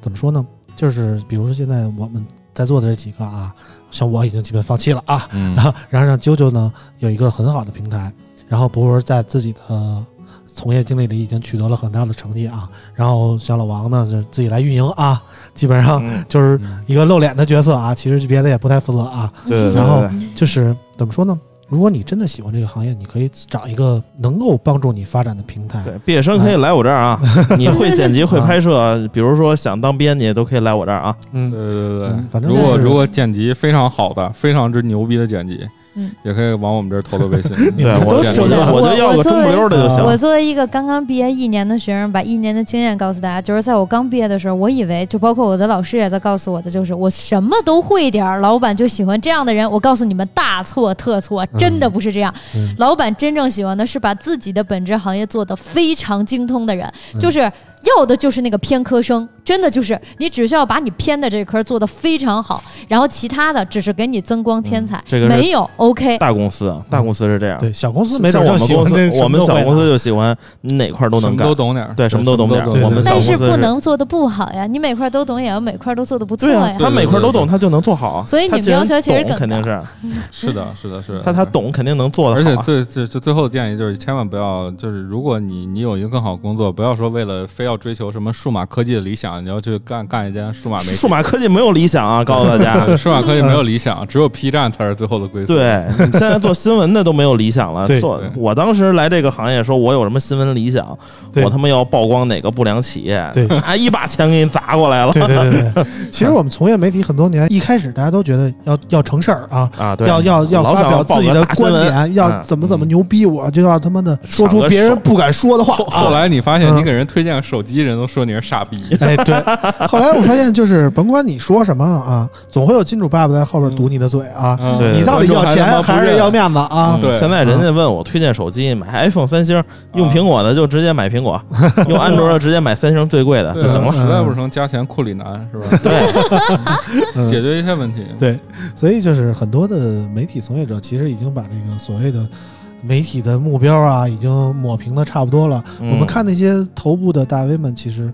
Speaker 3: 怎么说呢？就是比如说现在我们在座的这几个啊，像我已经基本放弃了啊，
Speaker 5: 嗯
Speaker 3: 然后然后让啾啾呢有一个很好的平台，然后博文在自己的呃从业经历里已经取得了很大的成绩啊，然后小老王呢就是自己来运营啊，基本上
Speaker 4: 嗯
Speaker 3: 就是一个露脸的角色啊，其实别的也不太负责啊，
Speaker 2: 嗯
Speaker 4: 对对对
Speaker 3: 然后
Speaker 4: 对
Speaker 3: 就是怎么说呢？如果你真的喜欢这个行业，你可以找一个能够帮助你发展的平台。
Speaker 4: 对，毕业生可以来我这儿啊！你会剪辑、会拍摄，比如说想当编辑，都可以来我这儿啊！
Speaker 3: 嗯，
Speaker 5: 对对对，
Speaker 3: 嗯反正
Speaker 5: 如果
Speaker 3: 就是
Speaker 5: 如果剪辑非常好的，非常之牛逼的剪辑，
Speaker 2: 嗯
Speaker 5: 也可以往我们这儿投投微信。
Speaker 3: 你
Speaker 4: 对
Speaker 3: 们这
Speaker 4: 我
Speaker 3: 都
Speaker 5: 剪
Speaker 4: 就
Speaker 5: 辑
Speaker 3: 整
Speaker 2: 了
Speaker 4: 我就要个中不溜儿的就行
Speaker 2: 我
Speaker 4: 了。
Speaker 2: 作为一个刚刚毕业一年的学生，把一年的经验告诉大家，就是在我刚毕业的时候，我以为就包括我的老师也在告诉我的，就是我什么都会一点儿，老板就喜欢这样的人。我告诉你们，大错特错，真的不是这样。
Speaker 3: 嗯
Speaker 4: 嗯
Speaker 2: 老板真正喜欢的是把自己的本职行业做得非常精通的人，就是要的就是那个偏科生，真的就是你只需要把你偏的这科做得非常好，然后其他的只是给你增光添彩，
Speaker 4: 嗯这个是
Speaker 2: 没有 OK。
Speaker 4: 大公司啊，大公司是这样。
Speaker 3: 对，小公司没
Speaker 4: 像
Speaker 3: 准
Speaker 4: 我
Speaker 3: 就
Speaker 4: 们
Speaker 3: 喜欢
Speaker 4: 公司
Speaker 3: 这，什么
Speaker 4: 我们
Speaker 3: 都
Speaker 4: 小
Speaker 3: 会
Speaker 4: 公
Speaker 3: 拿
Speaker 4: 司就喜欢你哪块儿都
Speaker 5: 什
Speaker 4: 能
Speaker 5: 么
Speaker 4: 干
Speaker 5: 都，懂点儿，
Speaker 4: 对什么都懂点儿
Speaker 3: 我们
Speaker 2: 但
Speaker 4: 小
Speaker 2: 是
Speaker 4: 公司
Speaker 2: 不
Speaker 4: 是
Speaker 2: 能做得不好呀，你每块都懂也要每块都做得不错
Speaker 4: 对
Speaker 2: 呀
Speaker 4: 啊，。他每块儿都懂，
Speaker 5: 对对对对
Speaker 4: 他就能做好啊。
Speaker 2: 所以你们
Speaker 4: 他既然
Speaker 2: 要求其实
Speaker 4: 懂
Speaker 2: 更
Speaker 4: 肯定
Speaker 2: 高
Speaker 4: 是，
Speaker 5: 是的，是的，是的。
Speaker 4: 他他懂肯定能做
Speaker 5: 而
Speaker 4: 的
Speaker 5: 且
Speaker 4: 好啊。
Speaker 5: 最最最最后的建议就是，千万不要就是，如果你你有一个更好的工作，不要说为了非要追求什么数码科技的理想，你要去干干一间数码媒体。
Speaker 4: 数码科技没有理想啊，告诉大家。
Speaker 5: 数码科技没有理想，只有 P 站才是最后的归宿。，
Speaker 4: 对，你现在做新闻的都没有理想了。
Speaker 3: 对
Speaker 4: 做
Speaker 5: 对
Speaker 4: 我当时来这个行业，说我有什么新闻理想，
Speaker 3: 对
Speaker 4: 我他妈要曝光哪个不良企业，
Speaker 3: 对
Speaker 4: 啊，一把钱给你砸过来了
Speaker 3: 对对对对， 其实我们从业媒体很多年，一开始大家都觉得要要成事儿啊，
Speaker 4: 啊！对，
Speaker 3: 要要要
Speaker 4: 老
Speaker 3: 发
Speaker 4: 想
Speaker 3: 表
Speaker 4: 报
Speaker 3: 自己
Speaker 4: 个
Speaker 3: 的
Speaker 4: 大新
Speaker 3: 观
Speaker 4: 闻
Speaker 3: 点，啊要
Speaker 4: 嗯
Speaker 3: 怎么怎么牛逼，
Speaker 5: 嗯
Speaker 3: 我就要他妈的说出
Speaker 4: 个
Speaker 3: 别人
Speaker 4: 手
Speaker 3: 不敢说的话
Speaker 5: 后
Speaker 3: 啊。
Speaker 5: 后来你
Speaker 4: 嗯
Speaker 5: 发现你给人推荐手机，人都说你是傻 逼。
Speaker 3: 哎， 对，后来我发现就是甭管你说什么啊，总会有金主爸爸在后边堵你的嘴啊。
Speaker 5: 嗯
Speaker 4: 对
Speaker 3: 你到底要钱还是要？面子啊
Speaker 5: 嗯？对
Speaker 4: 现在人家问我推荐手机，买 iPhone 三星，用苹果的就直接买苹 果，用安卓的直接买三星最贵的
Speaker 5: 对
Speaker 4: 就行了。
Speaker 5: 实在不成，加钱库里南是吧？
Speaker 4: 对，
Speaker 3: 嗯
Speaker 5: 解决一切问题。
Speaker 3: 对，所以就是很多的媒体从业者其实已经把这个所谓的媒体的目标啊，已经抹平的差不多了。
Speaker 4: 嗯
Speaker 3: 我们看那些头部的大 V 们，其实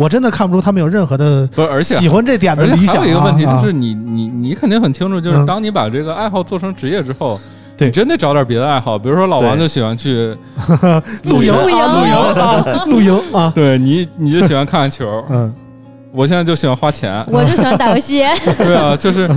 Speaker 3: 我真的看不出他们有任何的
Speaker 5: 不是，而且
Speaker 3: 喜欢这点的
Speaker 5: 而且
Speaker 3: 理
Speaker 5: 还
Speaker 3: 想、啊。
Speaker 5: 有一个问题就
Speaker 3: 啊
Speaker 5: 是你，你你肯定很清楚，就
Speaker 3: 嗯
Speaker 5: 是当你把这个爱好做成职业之后，
Speaker 3: 对
Speaker 5: 你真得找点别的爱好。比如说老王
Speaker 4: 对
Speaker 5: 就喜欢去，
Speaker 3: 露营
Speaker 2: 露营，
Speaker 3: 啊，露营啊，露营啊，，
Speaker 5: 对你你就喜欢看看球
Speaker 3: 嗯，
Speaker 5: 我现在就喜欢花 钱
Speaker 2: 我就喜欢打游戏，
Speaker 5: 对啊，就是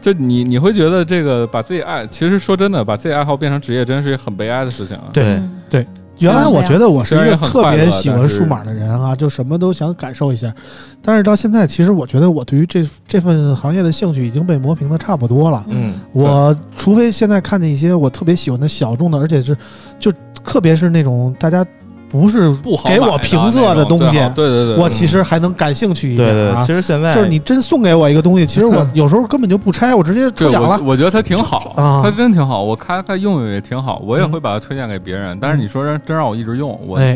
Speaker 5: 就你你会觉得这个把自己爱，其实说真的，把自己爱好变成职业，真是一个很悲哀的事情啊。
Speaker 4: 对
Speaker 2: 嗯
Speaker 3: 原来
Speaker 2: 像
Speaker 3: 我
Speaker 2: 这样
Speaker 3: 觉得我是一
Speaker 5: 虽
Speaker 3: 个
Speaker 5: 然很
Speaker 3: 特
Speaker 5: 快
Speaker 3: 别
Speaker 5: 乐
Speaker 3: 喜欢
Speaker 5: 但是
Speaker 3: 数码的人啊，就什么都想感受一下。但是到现在，其实我觉得我对于这这份行业的兴趣已经被磨平的差不多了。
Speaker 4: 嗯，
Speaker 3: 我除非现在看见一些我特别喜欢的小众的，而且是就特别是那种大家不是
Speaker 5: 不好
Speaker 3: 给
Speaker 5: 买
Speaker 3: 我
Speaker 5: 的
Speaker 3: 评
Speaker 5: 那
Speaker 3: 测的
Speaker 5: 种
Speaker 3: 东
Speaker 5: 最
Speaker 3: 西，
Speaker 5: 好对对对，
Speaker 3: 我其实还能感兴趣一
Speaker 4: 对
Speaker 3: 点
Speaker 4: 对，
Speaker 3: 啊
Speaker 4: 其。实现在
Speaker 3: 就是你真送给我一个东西，其实 我有时候根本就不拆，我直接
Speaker 5: 对
Speaker 3: 抽奖
Speaker 5: 我
Speaker 3: 了。
Speaker 5: 我觉得它挺好，
Speaker 3: 啊嗯
Speaker 5: 它真挺好，我看它用用也挺好，我也会把它推荐给别人。但是你说让真让我一直用，我
Speaker 3: 哎，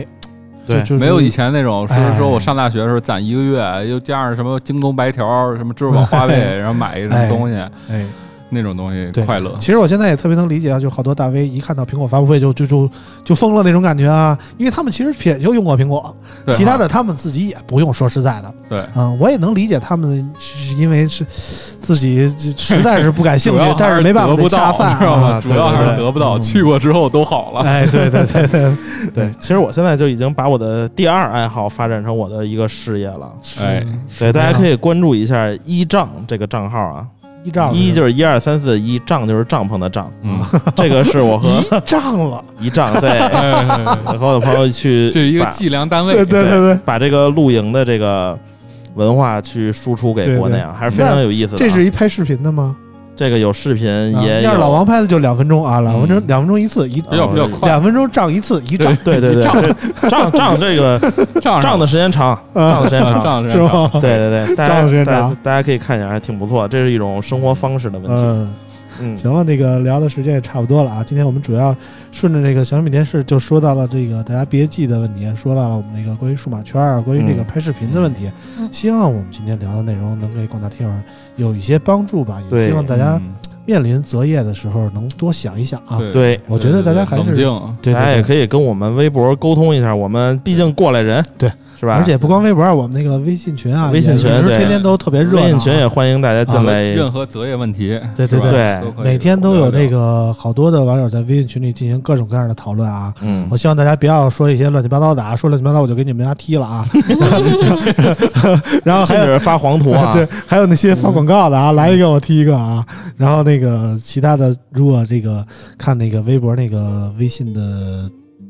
Speaker 3: 就
Speaker 4: 对
Speaker 3: 就是
Speaker 5: 没有以前那种，说
Speaker 3: 哎
Speaker 5: 说我上大学的时候攒一个月，又加上什么京东白条、什么支付宝花
Speaker 3: 哎
Speaker 5: 呗，然后买一个什
Speaker 3: 哎
Speaker 5: 么东西，
Speaker 3: 哎。
Speaker 5: 那种东西
Speaker 3: 对
Speaker 5: 快乐。
Speaker 3: 其实我现在也特别能理解啊，就好多大 V 一看到苹果发布会就就就就疯了那种感觉啊，因为他们其实也就用过苹果，
Speaker 5: 对
Speaker 3: 其他的他们自己也不用。说实在的，
Speaker 5: 对
Speaker 3: 嗯，我也能理解他们是因为是自己实在是不感兴
Speaker 5: 主要
Speaker 3: 趣，但
Speaker 5: 还
Speaker 3: 没办法
Speaker 5: 得
Speaker 3: 得
Speaker 5: 不
Speaker 3: 恰
Speaker 5: 到，
Speaker 3: 饭
Speaker 5: 你知道
Speaker 3: 啊。
Speaker 5: 吗？
Speaker 4: 啊
Speaker 5: 主要
Speaker 4: 对
Speaker 5: 还
Speaker 4: 对
Speaker 5: 是
Speaker 3: 对
Speaker 5: 得不到，
Speaker 3: 嗯
Speaker 5: 去过之后都好了。
Speaker 3: 哎，对对对对，
Speaker 4: 对，其实我现在就已经把我的第二爱好发展成我的一个事业了。
Speaker 5: 哎
Speaker 4: 对，大家可
Speaker 3: 以
Speaker 4: 以关注一下“一账”这个账号啊，
Speaker 3: 一仗
Speaker 4: 一就是一二三四的一，账就是帐篷的帐，
Speaker 5: 嗯，
Speaker 4: 这个是我和
Speaker 3: 一仗了，
Speaker 4: 一账对，
Speaker 5: 哎
Speaker 4: 我和我的朋友去，
Speaker 5: 这是一个
Speaker 4: 把
Speaker 5: 计量单
Speaker 3: 对
Speaker 5: 位。
Speaker 3: 对对对，
Speaker 4: 把这个露营的这个文化去输出给国内啊，还是非常有意思的啊。
Speaker 3: 这是一拍视频的吗？
Speaker 4: 这个有视频
Speaker 3: 啊
Speaker 4: 也
Speaker 3: 要
Speaker 4: 有
Speaker 3: 是老王拍的就两分钟啊，两分钟
Speaker 5: 嗯
Speaker 3: 两分钟一次一。
Speaker 5: 比较比较快，
Speaker 3: 两分钟仗一次，一仗
Speaker 5: 对
Speaker 4: 对对对， 这账账这个
Speaker 5: 账
Speaker 4: 账的时间长，
Speaker 3: 啊
Speaker 4: 账的时间
Speaker 5: 账
Speaker 4: 长，
Speaker 5: 上
Speaker 3: 是？吗？
Speaker 4: 对 对对，大
Speaker 3: 账的时间
Speaker 4: 家大
Speaker 3: 长
Speaker 4: 家大家可以看一下，还挺不错，这是一种生活方式的问题。
Speaker 3: 嗯。
Speaker 4: 嗯，
Speaker 3: 行了，那个聊的时间也差不多了啊。今天我们主要顺着这个小米电视，就说到了这个大家别记的问题，说到了我们这个关于数码圈啊，关于这个
Speaker 4: 嗯
Speaker 3: 拍视频的问题。
Speaker 2: 嗯
Speaker 3: 希望我们今天聊的内容能给广大听友有一些帮助吧，也
Speaker 4: 对
Speaker 3: 希望大家
Speaker 5: 嗯
Speaker 3: 面临择业的时候能多想一想啊。
Speaker 4: 对
Speaker 3: 我觉得大家还是
Speaker 5: 冷静。
Speaker 3: 对
Speaker 4: 大家也
Speaker 3: 对对，
Speaker 4: 可以跟我们微博沟通一下，我们毕竟过来人，
Speaker 3: 对，
Speaker 4: 是吧？
Speaker 3: 而且不光微博，啊，我们那个微信群啊，
Speaker 4: 微信
Speaker 3: 也
Speaker 4: 群
Speaker 3: 一直
Speaker 4: 对
Speaker 3: 天天都特别热闹啊，
Speaker 4: 微信群也欢迎大家进来。
Speaker 5: 任何择业问题，
Speaker 3: 对对
Speaker 5: 是吧
Speaker 4: 对
Speaker 5: 都可以
Speaker 3: 每天都有这
Speaker 5: 聊聊
Speaker 3: 个好多的网友在微信群里进行各种各样的讨论啊。
Speaker 4: 嗯
Speaker 3: 我，希望大家不要说一些乱七八糟的啊，说乱七八糟我就给你们家踢了啊。 然后还
Speaker 4: 禁
Speaker 3: 有、
Speaker 4: 止发黄图啊，
Speaker 3: 对，还有那些发广告的啊，来一个我踢一个啊。然后那个其他的，如果这个看那个微博那个微信的。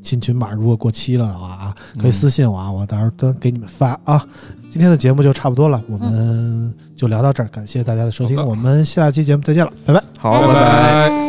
Speaker 3: 进群码如果过期了的话啊，
Speaker 5: 嗯
Speaker 3: 可以私信我啊，我到时候都给你们发啊。今天的节目就差不多了，我们就聊到这儿，感谢大家的收听，
Speaker 5: 好的
Speaker 3: 我们下期节目再见了，拜拜。
Speaker 4: 好，拜
Speaker 5: 拜
Speaker 4: 拜。
Speaker 5: 拜
Speaker 2: 拜